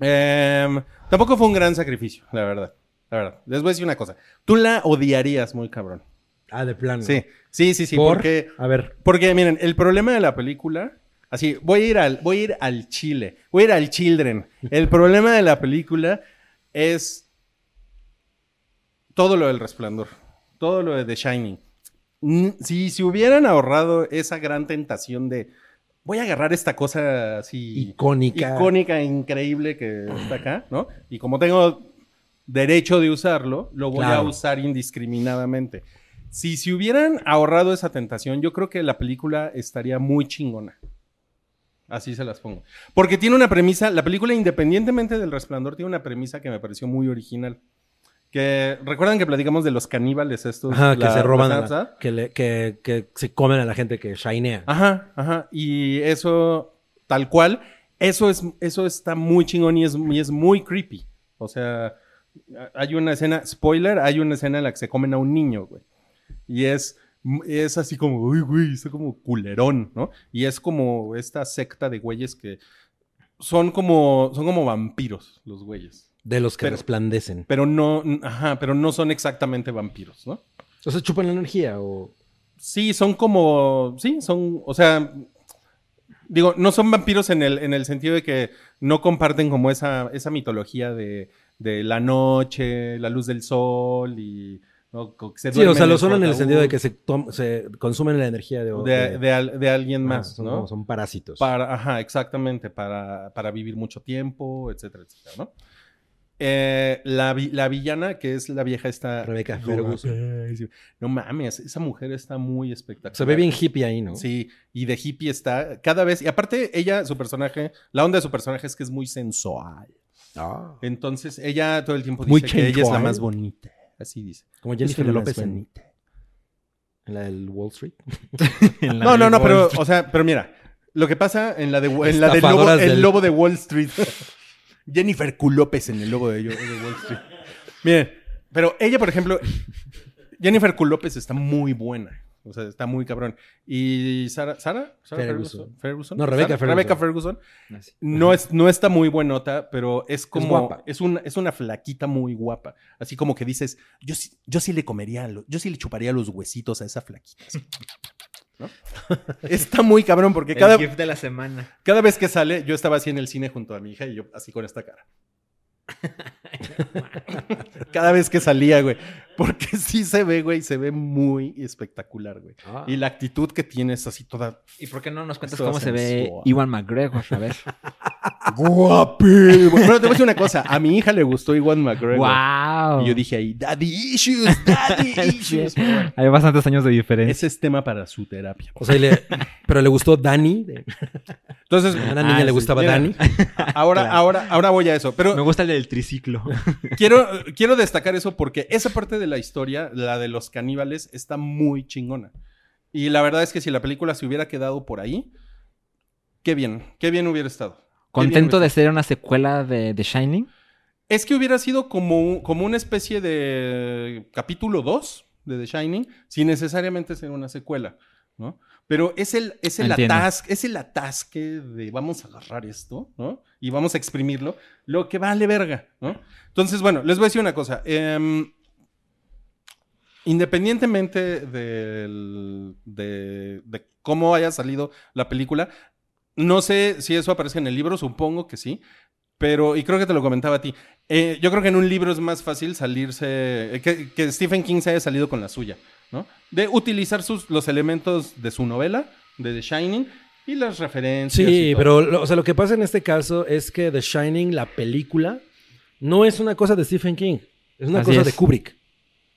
[SPEAKER 2] Em, tampoco fue un gran sacrificio, la verdad. La verdad. Les voy a decir una cosa. Tú la odiarías muy cabrón.
[SPEAKER 3] Ah, de plano.
[SPEAKER 2] Sí, sí, sí, sí.
[SPEAKER 3] ¿Por?
[SPEAKER 2] Porque,
[SPEAKER 3] A ver.
[SPEAKER 2] porque, miren, el problema de la película. Así, voy a ir al, voy a ir al Chile. Voy a ir al Children. El problema de la película es todo lo del resplandor. Todo lo de The Shining. Mm, Si se hubieran ahorrado esa gran tentación de voy a agarrar esta cosa así
[SPEAKER 3] Icónica.
[SPEAKER 2] icónica, e increíble que está acá, ¿no? Y como tengo derecho de usarlo, lo voy a
[SPEAKER 3] Claro.
[SPEAKER 2] usar indiscriminadamente. Si se hubieran ahorrado esa tentación, yo creo que la película estaría muy chingona. Así se las pongo. Porque tiene una premisa, la película independientemente del resplandor, tiene una premisa que me pareció muy original, Que recuerdan que platicamos de los caníbales estos.
[SPEAKER 3] Ajá, que
[SPEAKER 2] La-
[SPEAKER 3] se roban, a la-
[SPEAKER 2] raza?
[SPEAKER 3] que, le- que, que se comen a la gente que shinea.
[SPEAKER 2] Ajá, ajá. Y eso, tal cual, eso es, eso está muy chingón y es, y es muy creepy. O sea, a- hay una escena, spoiler, hay una escena en la que se comen a un niño, güey. Y es, es así como, uy, güey, está como culerón, ¿no? Y es como esta secta de güeyes que son como, son como vampiros, los güeyes.
[SPEAKER 3] De los que
[SPEAKER 2] Pero-
[SPEAKER 3] resplandecen.
[SPEAKER 2] Pero no, ajá, pero no son exactamente vampiros, ¿no?
[SPEAKER 3] O sea, chupan la energía o...
[SPEAKER 2] Sí, son como. Sí, son. O sea. Digo, no son vampiros en el, en el sentido de que no comparten como esa, esa mitología de, de la noche, la luz del sol y. ¿no? Co- que se
[SPEAKER 3] Sí, o sea,
[SPEAKER 2] duermen
[SPEAKER 3] lo
[SPEAKER 2] en su
[SPEAKER 3] son en el sentido de que
[SPEAKER 2] ataúd
[SPEAKER 3] se, tom- se consumen la energía de...
[SPEAKER 2] de, de al- de alguien
[SPEAKER 3] Ajá,
[SPEAKER 2] más,
[SPEAKER 3] Ah, son,
[SPEAKER 2] ¿no?
[SPEAKER 3] como- son parásitos.
[SPEAKER 2] Para, ajá, exactamente, para, para vivir mucho tiempo, etcétera, etcétera, ¿no? Eh, la, vi- la villana, que es la vieja esta...
[SPEAKER 3] Rebeca
[SPEAKER 2] Gorda.
[SPEAKER 3] Ferguson.
[SPEAKER 2] Ay, sí. No mames, esa mujer está muy espectacular.
[SPEAKER 3] se ve bien hippie ahí, ¿no?
[SPEAKER 2] Sí, y de hippie está cada vez. Y aparte, ella, su personaje, la onda de su personaje es que es muy sensual.
[SPEAKER 3] Ah.
[SPEAKER 2] Entonces, ella todo el tiempo dice
[SPEAKER 3] Muy
[SPEAKER 2] que ella es la
[SPEAKER 3] sensual.
[SPEAKER 2] más bonita. Así dice.
[SPEAKER 3] Como Jennifer
[SPEAKER 2] Díselo más
[SPEAKER 3] López en,
[SPEAKER 2] bonita.
[SPEAKER 3] en la del Wall
[SPEAKER 2] [laughs]
[SPEAKER 3] Street.
[SPEAKER 2] No, no, no, pero, o sea, pero mira, lo que pasa en la de en la del lobo,
[SPEAKER 3] Estafadoras
[SPEAKER 2] el
[SPEAKER 3] del-
[SPEAKER 2] lobo de Wall Street. [laughs] Jennifer Q. López en el lobo de, de Wall Street. Miren, pero ella, por ejemplo, Jennifer Q. López está muy buena. O sea, está muy cabrón. Y Sara, ¿Sara?
[SPEAKER 3] [laughs]
[SPEAKER 2] ¿Sara
[SPEAKER 3] Ferguson.
[SPEAKER 2] Ferguson?
[SPEAKER 3] No, Rebecca
[SPEAKER 2] Sara-
[SPEAKER 3] Ferguson.
[SPEAKER 2] Rebecca Ferguson.
[SPEAKER 4] Así.
[SPEAKER 2] No, es, no está muy buenota, pero es como. Es,
[SPEAKER 3] guapa.
[SPEAKER 2] una, es una flaquita muy guapa. Así como que dices, yo sí, yo sí le comería, lo- yo sí le chuparía los huesitos a esa flaquita. así. [laughs] ¿No? Está muy cabrón porque cada,
[SPEAKER 4] de la semana.
[SPEAKER 2] cada vez que sale, yo estaba así en el cine junto a mi hija y yo así con esta cara. cada vez que salía, güey. Porque sí se ve, güey, se ve muy espectacular, güey.
[SPEAKER 4] Ah.
[SPEAKER 2] Y la actitud que tienes así toda
[SPEAKER 4] ¿Y por qué no nos cuentas
[SPEAKER 2] Esto
[SPEAKER 4] cómo se ve
[SPEAKER 2] sensual.
[SPEAKER 4] Iwan McGregor? A [laughs] ver.
[SPEAKER 2] Guapi. Bueno, te voy a decir una cosa. A mi hija le gustó Iwan McGregor.
[SPEAKER 4] ¡Wow!
[SPEAKER 2] Y yo dije ahí, daddy issues, daddy issues. Pero bueno,
[SPEAKER 4] Hay bastantes años de diferencia.
[SPEAKER 2] ese es tema para su terapia.
[SPEAKER 3] O sea, y le- pero le gustó Dani. de-
[SPEAKER 2] Entonces,
[SPEAKER 3] [laughs]
[SPEAKER 2] ah,
[SPEAKER 3] A una niña le gustaba
[SPEAKER 2] mira,
[SPEAKER 3] Dani.
[SPEAKER 2] Ah, Ahora, ahora, ahora voy a eso.
[SPEAKER 4] Me
[SPEAKER 2] Pero
[SPEAKER 4] gusta el del [laughs] triciclo.
[SPEAKER 2] quiero, quiero destacar eso porque esa parte de la historia, la de los caníbales, está muy chingona. Y la verdad es que si la película se hubiera quedado por ahí, qué bien, qué bien hubiera estado. Qué bien
[SPEAKER 4] Contento
[SPEAKER 2] hubiera
[SPEAKER 4] de ser una secuela de The Shining.
[SPEAKER 2] Es que hubiera sido como, un- como una especie de capítulo 2 de The Shining, sin necesariamente ser una secuela, ¿no? Pero es el, es el,
[SPEAKER 4] Entiendo.
[SPEAKER 2] atasque, es el atasque de vamos a agarrar esto, ¿no? Y vamos a exprimirlo, lo que vale verga, ¿no? Entonces, bueno, les voy a decir una cosa. em, independientemente del- de, de cómo haya salido la película, no sé si eso aparece en el libro, supongo que sí. Pero, y creo que te lo comentaba a ti, eh, yo creo que en un libro es más fácil salirse, eh, que, que Stephen King se haya salido con la suya, ¿no? De utilizar sus, los elementos de su novela, de The Shining, y las referencias.
[SPEAKER 3] Sí,
[SPEAKER 2] y todo.
[SPEAKER 3] pero lo, o sea, lo que pasa en este caso es que The Shining, la película, no es una cosa de Stephen King, es una
[SPEAKER 4] Así
[SPEAKER 3] cosa
[SPEAKER 4] es.
[SPEAKER 3] de Kubrick.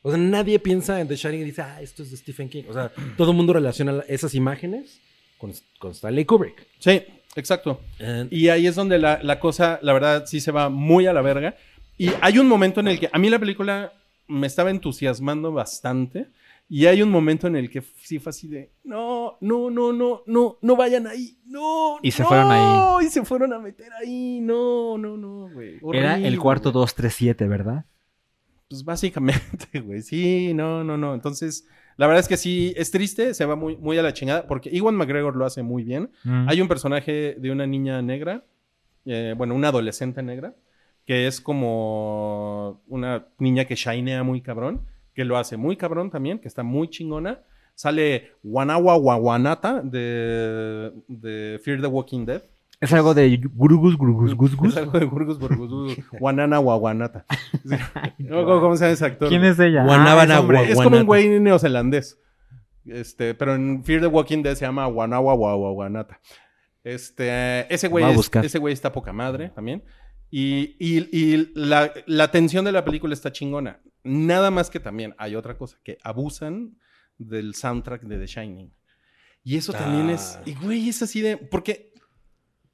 [SPEAKER 3] O sea, nadie piensa en The Shining y dice, ah, esto es de Stephen King. O [clears throat] sea, todo el mundo relaciona la- esas imágenes con, con Stanley Kubrick.
[SPEAKER 2] Sí, exacto.
[SPEAKER 3] Eh,
[SPEAKER 2] Y ahí es donde la, la cosa, la verdad, sí se va muy a la verga. Y hay un momento en el que a mí la película me estaba entusiasmando bastante. Y hay un momento en el que sí fue así de, no, no, no, no, no, no vayan ahí, no.
[SPEAKER 4] Y se
[SPEAKER 2] no",
[SPEAKER 4] fueron ahí.
[SPEAKER 2] Y se fueron a meter ahí, no, no, no, güey.
[SPEAKER 4] Era
[SPEAKER 2] Horrible,
[SPEAKER 4] el cuarto
[SPEAKER 2] güey.
[SPEAKER 4] 237, ¿verdad?
[SPEAKER 2] Pues básicamente, [laughs] güey, sí, no, no, no. Entonces, la verdad es que sí, es triste, se va muy, muy a la chingada, porque Iwan McGregor lo hace muy bien.
[SPEAKER 4] Mm.
[SPEAKER 2] Hay un personaje de una niña negra, eh, bueno, una adolescente negra, que es como una niña que shinea muy cabrón, que lo hace muy cabrón también, que está muy chingona. Sale Wanawa Wawanata de, de Fear the Walking Dead.
[SPEAKER 4] Es algo de Gurugus, Gurugus, Gus,
[SPEAKER 2] [laughs]
[SPEAKER 4] Gus.
[SPEAKER 2] Es algo de Gurgus Burgus,
[SPEAKER 4] [laughs]
[SPEAKER 2] Wanana Wawanata. Sí. No me acuerdo ¿Cómo se llama ese actor?
[SPEAKER 4] ¿Quién es ella?
[SPEAKER 3] Guanábana,
[SPEAKER 4] Ah, es hombre.
[SPEAKER 2] Es
[SPEAKER 3] Guaguanata.
[SPEAKER 2] como un güey neozelandés. Este, pero en Fear the Walking Dead se llama Wanawa Wawanata. Este, ese güey,
[SPEAKER 4] Voy a
[SPEAKER 2] es-
[SPEAKER 4] buscar.
[SPEAKER 2] ese güey está poca madre también. Y, y- y la, la tensión de la película está chingona. Nada más que también hay otra cosa, que abusan del soundtrack de The Shining. Y eso también
[SPEAKER 3] Ah.
[SPEAKER 2] es. Y güey, es así de. Porque.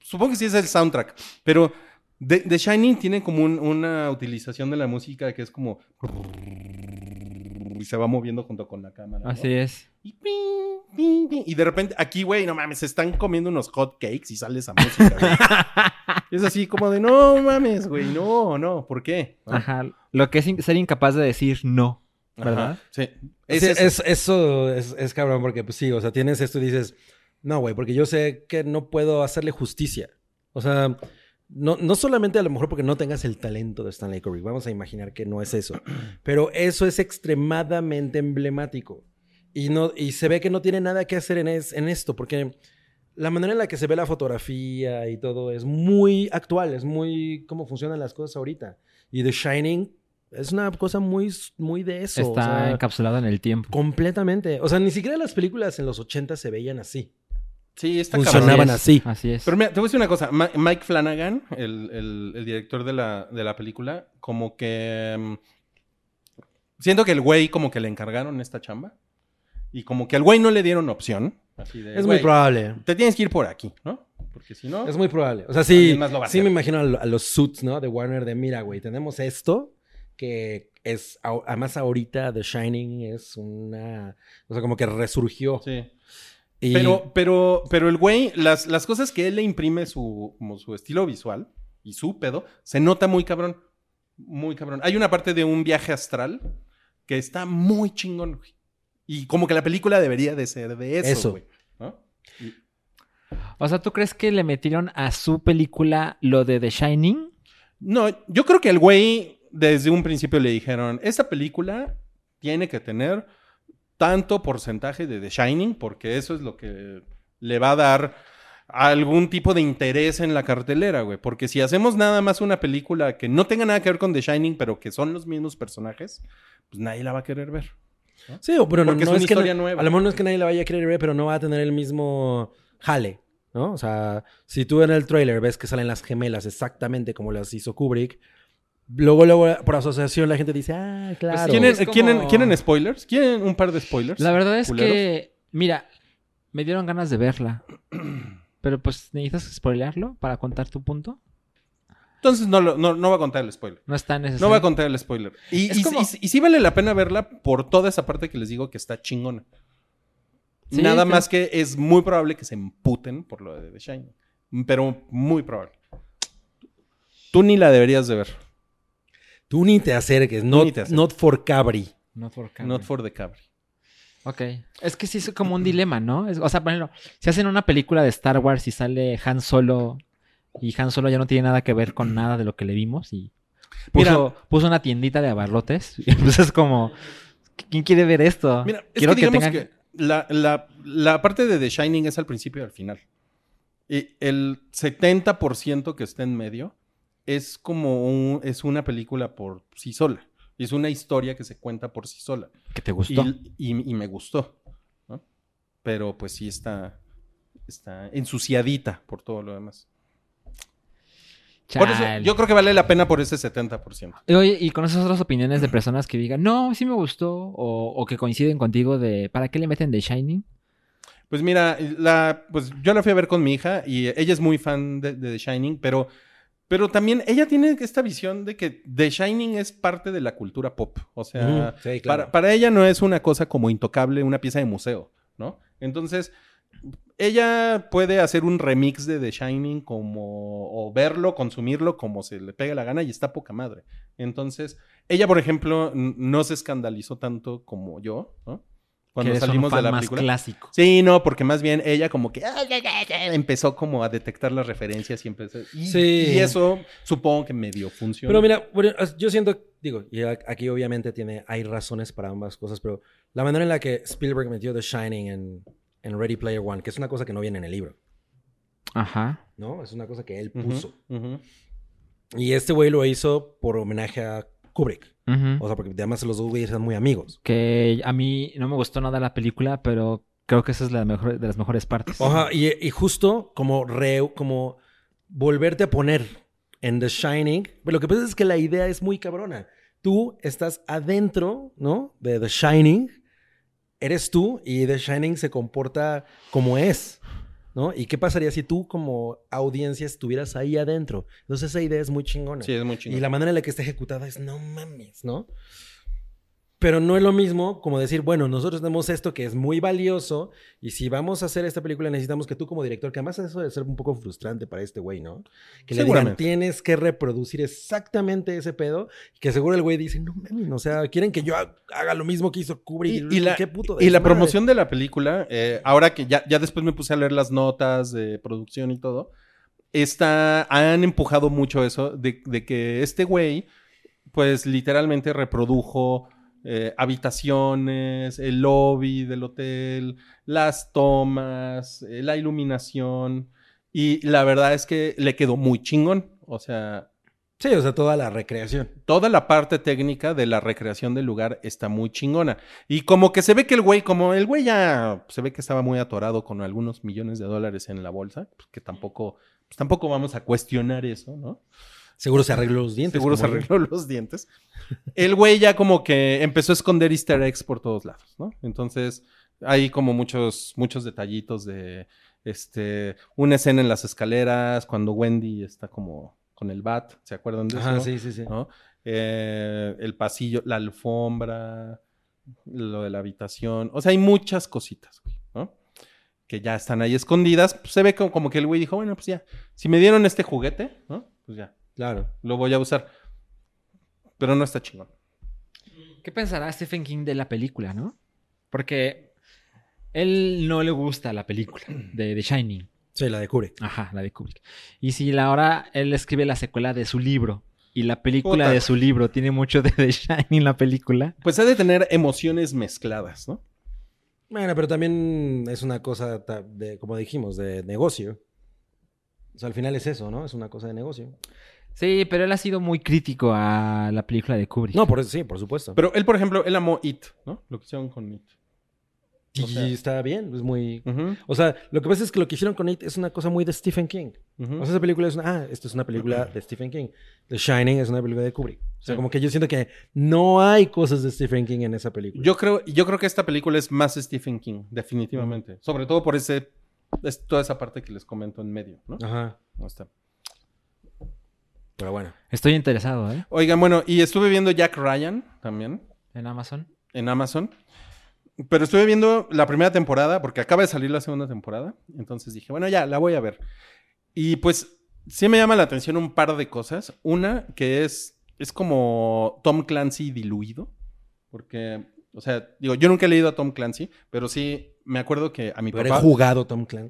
[SPEAKER 2] Supongo que sí es el soundtrack, pero The, The Shining tiene como un- una utilización de la música que es como. Y se va moviendo junto con la cámara. ¿no?
[SPEAKER 4] Así es.
[SPEAKER 2] Y, ping, ping, ping. Y de repente, aquí, güey, no mames, se están comiendo unos hot cakes y sale esa música,
[SPEAKER 4] [laughs]
[SPEAKER 2] güey. es así como de, no mames, güey, no, no, ¿por qué? ¿No?
[SPEAKER 4] Ajá. Lo que es in- ser incapaz de decir no. ¿Verdad?
[SPEAKER 2] Ajá, Sí.
[SPEAKER 3] Es,
[SPEAKER 2] Es eso.
[SPEAKER 3] es- eso es, es cabrón porque, pues sí, o sea, tienes esto y dices, no, güey, porque yo sé que no puedo hacerle justicia. O sea, no, no solamente a lo mejor porque no tengas el talento de Stanley Kubrick, vamos a imaginar que no
[SPEAKER 2] [clears throat]
[SPEAKER 3] es eso, pero eso es extremadamente emblemático. Y, no, y se ve que no tiene nada que hacer en, es- en esto, porque la manera en la que se ve la fotografía y todo es muy actual, es muy cómo funcionan las cosas ahorita. Y The Shining es una cosa muy, muy de eso. o
[SPEAKER 4] Está
[SPEAKER 3] sea,
[SPEAKER 4] encapsulado en el tiempo.
[SPEAKER 3] Completamente. O sea, ni siquiera las películas en los 80 se veían así.
[SPEAKER 2] Sí, está
[SPEAKER 3] Funcionaba.
[SPEAKER 2] cabrón.
[SPEAKER 3] Sonaban así.
[SPEAKER 4] Así es.
[SPEAKER 2] Pero mira, te voy a decir una cosa. Ma- Mike Flanagan, el, el- el director de la, de la película, como que... mm, siento que el güey como que le encargaron esta chamba. Y como que al güey no le dieron opción. Así de,
[SPEAKER 3] es muy
[SPEAKER 2] "Güey,
[SPEAKER 3] probable.
[SPEAKER 2] Te tienes que ir por aquí, ¿no? Porque si no...
[SPEAKER 3] Es muy probable. O sea,
[SPEAKER 2] Alguien
[SPEAKER 3] sí,
[SPEAKER 2] más lo va a
[SPEAKER 3] sí
[SPEAKER 2] hacer.
[SPEAKER 3] me imagino a, lo- a los suits, ¿no? De Warner de, mira, güey, tenemos esto que es, a- además ahorita The Shining es una, o sea, como que resurgió.
[SPEAKER 2] Sí.
[SPEAKER 3] Y-
[SPEAKER 2] Pero, pero, pero el güey, las, las cosas que él le imprime su, como su estilo visual y su pedo, se nota muy cabrón. Muy cabrón. Hay una parte de un viaje astral que está muy chingón, güey. Y como que la película debería de ser de eso,
[SPEAKER 3] Eso.
[SPEAKER 2] güey. ¿no?
[SPEAKER 4] O sea, ¿tú crees que le metieron a su película lo de The Shining?
[SPEAKER 2] No, yo creo que el güey desde un principio le dijeron, esta película tiene que tener tanto porcentaje de The Shining porque eso es lo que le va a dar algún tipo de interés en la cartelera, güey. Porque si hacemos nada más una película que no tenga nada que ver con The Shining, pero que son los mismos personajes, pues nadie la va a querer ver.
[SPEAKER 3] Sí, o- pero no,
[SPEAKER 2] Porque es
[SPEAKER 3] no
[SPEAKER 2] una
[SPEAKER 3] que
[SPEAKER 2] historia
[SPEAKER 3] na-
[SPEAKER 2] nueva.
[SPEAKER 3] A lo mejor no es que nadie la vaya a querer ver, pero no va a tener el mismo jale, ¿no? O sea, si tú en el tráiler ves que salen las gemelas exactamente como las hizo Kubrick, luego, luego, por asociación la gente dice, ah, claro.
[SPEAKER 2] ¿Quieren,
[SPEAKER 4] Es como-
[SPEAKER 2] quieren- quieren spoilers? ¿Quieren un par de spoilers? [laughs]
[SPEAKER 4] La verdad es
[SPEAKER 2] culeros?
[SPEAKER 4] que, mira, me dieron ganas de verla. [clears throat] Pero pues, ¿necesitas spoilearlo para contar tu punto?
[SPEAKER 2] Entonces no, lo- no, no va a contar el spoiler.
[SPEAKER 4] No está necesario.
[SPEAKER 2] No voy a contar el spoiler. Y,
[SPEAKER 4] Es
[SPEAKER 2] y-
[SPEAKER 4] como-
[SPEAKER 2] y- y sí vale la pena verla por toda esa parte que les digo que está chingona.
[SPEAKER 4] Sí,
[SPEAKER 2] Nada
[SPEAKER 4] pero-
[SPEAKER 2] más que es muy probable que se emputen por lo de The Shining. Pero muy probable. Tú ni la deberías de ver.
[SPEAKER 3] Tú ni te acerques, not,
[SPEAKER 2] ni te acerques.
[SPEAKER 3] not for Cabri.
[SPEAKER 4] Not for Cabri.
[SPEAKER 2] Not for the Cabri.
[SPEAKER 4] Ok. Es que sí es como un dilema, ¿no? Es- o sea, por ejemplo, si hacen una película de Star Wars y sale Han Solo y Han Solo ya no tiene nada que ver con nada de lo que le vimos y puso, puso una tiendita de abarrotes. [laughs] Y pues es como, ¿quién quiere ver esto?
[SPEAKER 2] Mira, es
[SPEAKER 4] Ah, Quiero
[SPEAKER 2] que digamos
[SPEAKER 4] tengan-
[SPEAKER 2] que la, la- la parte de The Shining es al principio y al final. Y el 70% que está en medio es como un- es una película por sí sola. Es una historia que se cuenta por sí sola.
[SPEAKER 4] que te gustó.
[SPEAKER 2] Y, y- y me gustó. ¿no? Pero pues sí está, está ensuciadita por todo lo demás. Por eso,
[SPEAKER 4] Chale.
[SPEAKER 2] yo creo que vale la pena por ese 70%.
[SPEAKER 4] Y Oye, y conoces otras opiniones de personas que digan, no, sí me gustó, o, o que coinciden contigo de, ¿para qué le meten The Shining?
[SPEAKER 2] Pues mira, la, pues yo la fui a ver con mi hija y ella es muy fan de, de The Shining, pero, pero también ella tiene esta visión de que The Shining es parte de la cultura pop. O sea,
[SPEAKER 3] Ujú, sí, claro.
[SPEAKER 2] para, para ella no es una cosa como intocable, una pieza de museo, ¿no? Entonces, ella puede hacer un remix de The Shining como, o verlo, consumirlo como se le pega la gana y está poca madre. Entonces, ella, por ejemplo, n- no se escandalizó tanto como yo, ¿no? Cuando
[SPEAKER 4] Que eres un
[SPEAKER 2] salimos de
[SPEAKER 4] fan
[SPEAKER 2] la
[SPEAKER 4] más
[SPEAKER 2] película.
[SPEAKER 4] clásico.
[SPEAKER 2] Sí, no, porque más bien ella como que "Ah, ya, ya, ya", empezó como a detectar las referencias y empezó. Y,
[SPEAKER 3] Sí.
[SPEAKER 2] y eso supongo que medio funciona.
[SPEAKER 3] Pero mira, bueno, as- yo siento, digo, y a- aquí obviamente tiene, hay razones para ambas cosas, pero la manera en la que Spielberg metió The Shining en, en Ready Player One, que es una cosa que no viene en el libro,
[SPEAKER 4] Ajá.
[SPEAKER 3] ¿no? Es una cosa que él
[SPEAKER 2] Ujú,
[SPEAKER 3] puso.
[SPEAKER 2] ujú.
[SPEAKER 3] Y este güey lo hizo por homenaje a Kubrick.
[SPEAKER 4] Ujú.
[SPEAKER 3] O sea, porque además los dos güeyes eran muy amigos.
[SPEAKER 4] Que a mí no me gustó nada la película, pero creo que esa es la mejor, de las mejores partes.
[SPEAKER 3] Ajá, y, y justo como, re- como volverte a poner en The Shining. Pero lo que pasa es que la idea es muy cabrona. Tú estás adentro, ¿no? De The Shining. Eres tú y The Shining se comporta como es. ¿no? ¿Y qué pasaría si tú como audiencia estuvieras ahí adentro? Entonces esa idea es muy chingona.
[SPEAKER 2] Sí, es muy chingón.
[SPEAKER 3] Y la manera en la que está ejecutada es, no mames, ¿no? Pero no es lo mismo como decir, bueno, nosotros tenemos esto que es muy valioso y si vamos a hacer esta película necesitamos que tú como director, que además eso debe ser un poco frustrante para este güey, ¿no? Que le digan,
[SPEAKER 2] Seguramente.
[SPEAKER 3] tienes que reproducir exactamente ese pedo y que seguro el güey dice, no mames, o sea, quieren que yo ha- haga lo mismo que hizo Kubrick.
[SPEAKER 2] Y, y la,
[SPEAKER 3] ¿Qué puto
[SPEAKER 2] y la
[SPEAKER 3] desmadre?
[SPEAKER 2] promoción de la película, eh, ahora que ya, ya después me puse a leer las notas de producción y todo, está, han empujado mucho eso de, de que este güey, pues literalmente reprodujo eh, habitaciones, el lobby del hotel, las tomas, eh, la iluminación. Y la verdad es que le quedó muy chingón. O sea,
[SPEAKER 3] Sí, o sea, toda la recreación.
[SPEAKER 2] toda la parte técnica de la recreación del lugar está muy chingona. Y como que se ve que el güey, como el güey ya se ve que estaba muy atorado con algunos millones de dólares en la bolsa, pues que tampoco, pues tampoco vamos a cuestionar eso, ¿no?
[SPEAKER 3] Seguro se arregló los dientes.
[SPEAKER 2] Seguro se
[SPEAKER 3] como yo.
[SPEAKER 2] arregló los dientes. [laughs] El güey ya como que empezó a esconder easter eggs por todos lados, ¿no? Entonces hay como muchos, muchos detallitos de este, una escena en las escaleras cuando Wendy está como con el bat, ¿se acuerdan de eso?
[SPEAKER 3] Ajá, sí, sí, sí.
[SPEAKER 2] ¿no? Eh, el pasillo, la alfombra, lo de la habitación. O sea, hay muchas cositas, güey, ¿no? Que ya están ahí escondidas. Pues, se ve como, como que el güey dijo, bueno, pues ya, si me dieron este juguete, ¿no? Pues ya,
[SPEAKER 3] Claro.
[SPEAKER 2] lo voy a usar. Pero no está chingón.
[SPEAKER 4] ¿Qué pensará Stephen King de la película, no? Porque él no le gusta la película de The Shining.
[SPEAKER 3] Sí, la de Kubrick.
[SPEAKER 4] Ajá, la de Kubrick. Y si la ahora él escribe la secuela de su libro y la película
[SPEAKER 2] Puta.
[SPEAKER 4] de su libro tiene mucho de The Shining la película.
[SPEAKER 2] Pues ha de tener emociones mezcladas, ¿no?
[SPEAKER 3] Bueno, pero también es una cosa, ta- de, como dijimos, de negocio. O sea, al final es eso, ¿no? Es una cosa de negocio.
[SPEAKER 4] Sí, pero él ha sido muy crítico a la película de Kubrick.
[SPEAKER 3] No, por sí, por supuesto.
[SPEAKER 2] Pero él, por ejemplo, él amó It, ¿no? Lo que hicieron con It.
[SPEAKER 3] y
[SPEAKER 2] o sea-
[SPEAKER 3] está bien, es muy...
[SPEAKER 2] Ujú,
[SPEAKER 3] O sea, lo que pasa es que lo que hicieron con It es una cosa muy de Stephen King.
[SPEAKER 2] ujú.
[SPEAKER 3] O sea, esa película es una... Ah, esto es una película de Stephen King. The Shining es una película de Kubrick. O sea,
[SPEAKER 2] Sí.
[SPEAKER 3] como que yo siento que no hay cosas de Stephen King en esa película.
[SPEAKER 2] Yo creo, yo creo que esta película es más Stephen King, definitivamente. Sobre todo por ese, es toda esa parte que les comento en medio, ¿no?
[SPEAKER 3] Ajá.
[SPEAKER 2] Ahí está.
[SPEAKER 3] Pero bueno.
[SPEAKER 4] Estoy interesado, ¿eh?
[SPEAKER 2] Oigan, bueno, y estuve viendo Jack Ryan también
[SPEAKER 4] En Amazon.
[SPEAKER 2] en Amazon. Pero estuve viendo la primera temporada, porque acaba de salir la segunda temporada. Entonces dije, bueno, ya, la voy a ver. Y pues sí me llama la atención un par de cosas. Una que es, es como Tom Clancy diluido. Porque, o sea, digo, yo nunca he leído a Tom Clancy, pero sí me acuerdo que a mi
[SPEAKER 3] Pero he
[SPEAKER 2] papá...
[SPEAKER 3] jugado
[SPEAKER 2] [laughs]
[SPEAKER 3] Tom Clancy.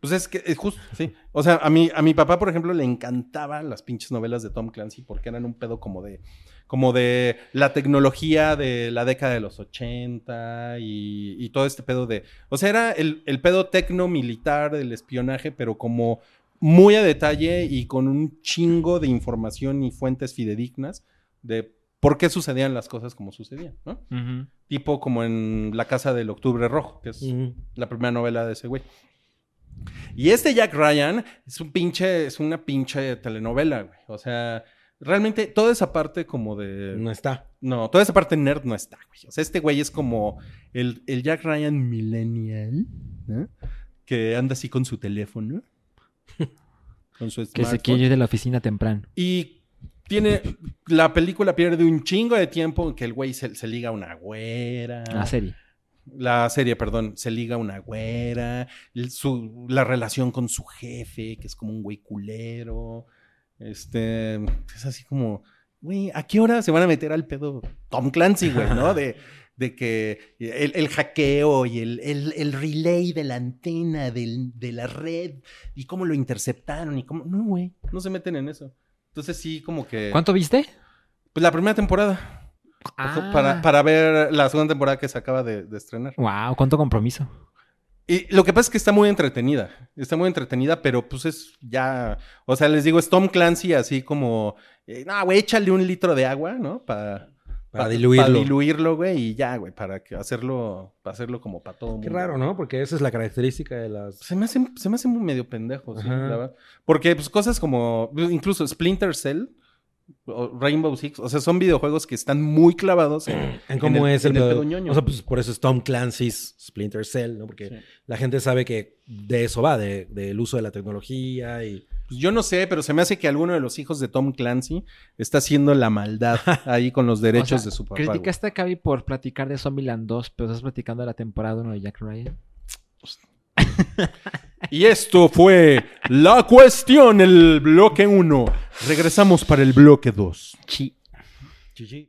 [SPEAKER 2] Pues es que es justo, sí. O sea, a mi, a mi papá, por ejemplo, le encantaban las pinches novelas de Tom Clancy porque eran un pedo como de, como de la tecnología de la década de los 80 y, y todo este pedo de. O sea, era el, el pedo tecno-militar del espionaje, pero como muy a detalle y con un chingo de información y fuentes fidedignas de por qué sucedían las cosas como sucedían, ¿no?
[SPEAKER 4] Ujú.
[SPEAKER 2] Tipo como en La Casa del Octubre Rojo, que es
[SPEAKER 3] Ujú.
[SPEAKER 2] la primera novela de ese güey. Y este Jack Ryan es un pinche, es una pinche telenovela, güey. O sea, realmente toda esa parte como de.
[SPEAKER 3] No está.
[SPEAKER 2] No, toda esa parte nerd no está, güey. O sea, este güey es como el, el Jack Ryan millennial, ¿no? Que anda así con su
[SPEAKER 4] [laughs]
[SPEAKER 2] teléfono. con su
[SPEAKER 4] Que se
[SPEAKER 2] smartphone.
[SPEAKER 4] quiere ir de la oficina temprano.
[SPEAKER 2] Y tiene. La película pierde un chingo de tiempo en que el güey se, se liga a una güera.
[SPEAKER 4] La serie.
[SPEAKER 2] La serie, perdón, se liga una güera, el- su- la relación con su jefe, que es como un güey culero. Este, es así como, güey, ¿a qué hora se van a meter al pedo Tom Clancy, güey, no? De, de que el, el hackeo y el, el- el relay de la antena, del- de la red, y cómo lo interceptaron y cómo. No, güey, no se meten en eso. Entonces, sí, como que.
[SPEAKER 4] ¿Cuánto viste?
[SPEAKER 2] Pues la primera temporada.
[SPEAKER 4] Ah.
[SPEAKER 2] Para, para ver la segunda temporada que se acaba de- de estrenar.
[SPEAKER 4] Wow, cuánto compromiso.
[SPEAKER 2] Y lo que pasa es que está muy entretenida. Está muy entretenida, pero pues es ya. O sea, les digo, es Tom Clancy así como. eh, no, güey, échale un litro de agua, ¿no? Para.
[SPEAKER 3] Para diluirlo.
[SPEAKER 2] Para diluirlo, güey, y ya, güey, para que hacerlo, para hacerlo como para todo
[SPEAKER 3] Qué
[SPEAKER 2] mundo.
[SPEAKER 3] raro, ¿no? Porque esa es la característica de las...
[SPEAKER 2] Se me hace, se me hace muy medio pendejo, sí,
[SPEAKER 3] Ajá.
[SPEAKER 2] la verdad. Porque, pues, cosas como. Incluso pues, Splinter Cell o Rainbow Six, o sea, son videojuegos que están muy clavados en,
[SPEAKER 3] En cómo
[SPEAKER 2] en
[SPEAKER 3] es el,
[SPEAKER 2] en
[SPEAKER 3] pedo.
[SPEAKER 2] pedo ñoño.
[SPEAKER 3] O sea, pues por eso es Tom Clancy's Splinter Cell, ¿no? Porque
[SPEAKER 2] Sí.
[SPEAKER 3] la gente sabe que de eso va, de- del uso de la tecnología y.
[SPEAKER 2] Pues yo no sé, pero se me hace que alguno de los hijos de Tom Clancy está haciendo la
[SPEAKER 4] [laughs]
[SPEAKER 2] maldad ahí con los derechos
[SPEAKER 4] O sea,
[SPEAKER 2] de su papá. güey.
[SPEAKER 4] Criticaste a Cavi por platicar de Zombieland 2, pero estás platicando de la temporada 1 de Jack Ryan.
[SPEAKER 2] Y esto fue la cuestión, el bloque 1. Regresamos para el bloque 2.
[SPEAKER 4] Chi.
[SPEAKER 3] Chichi.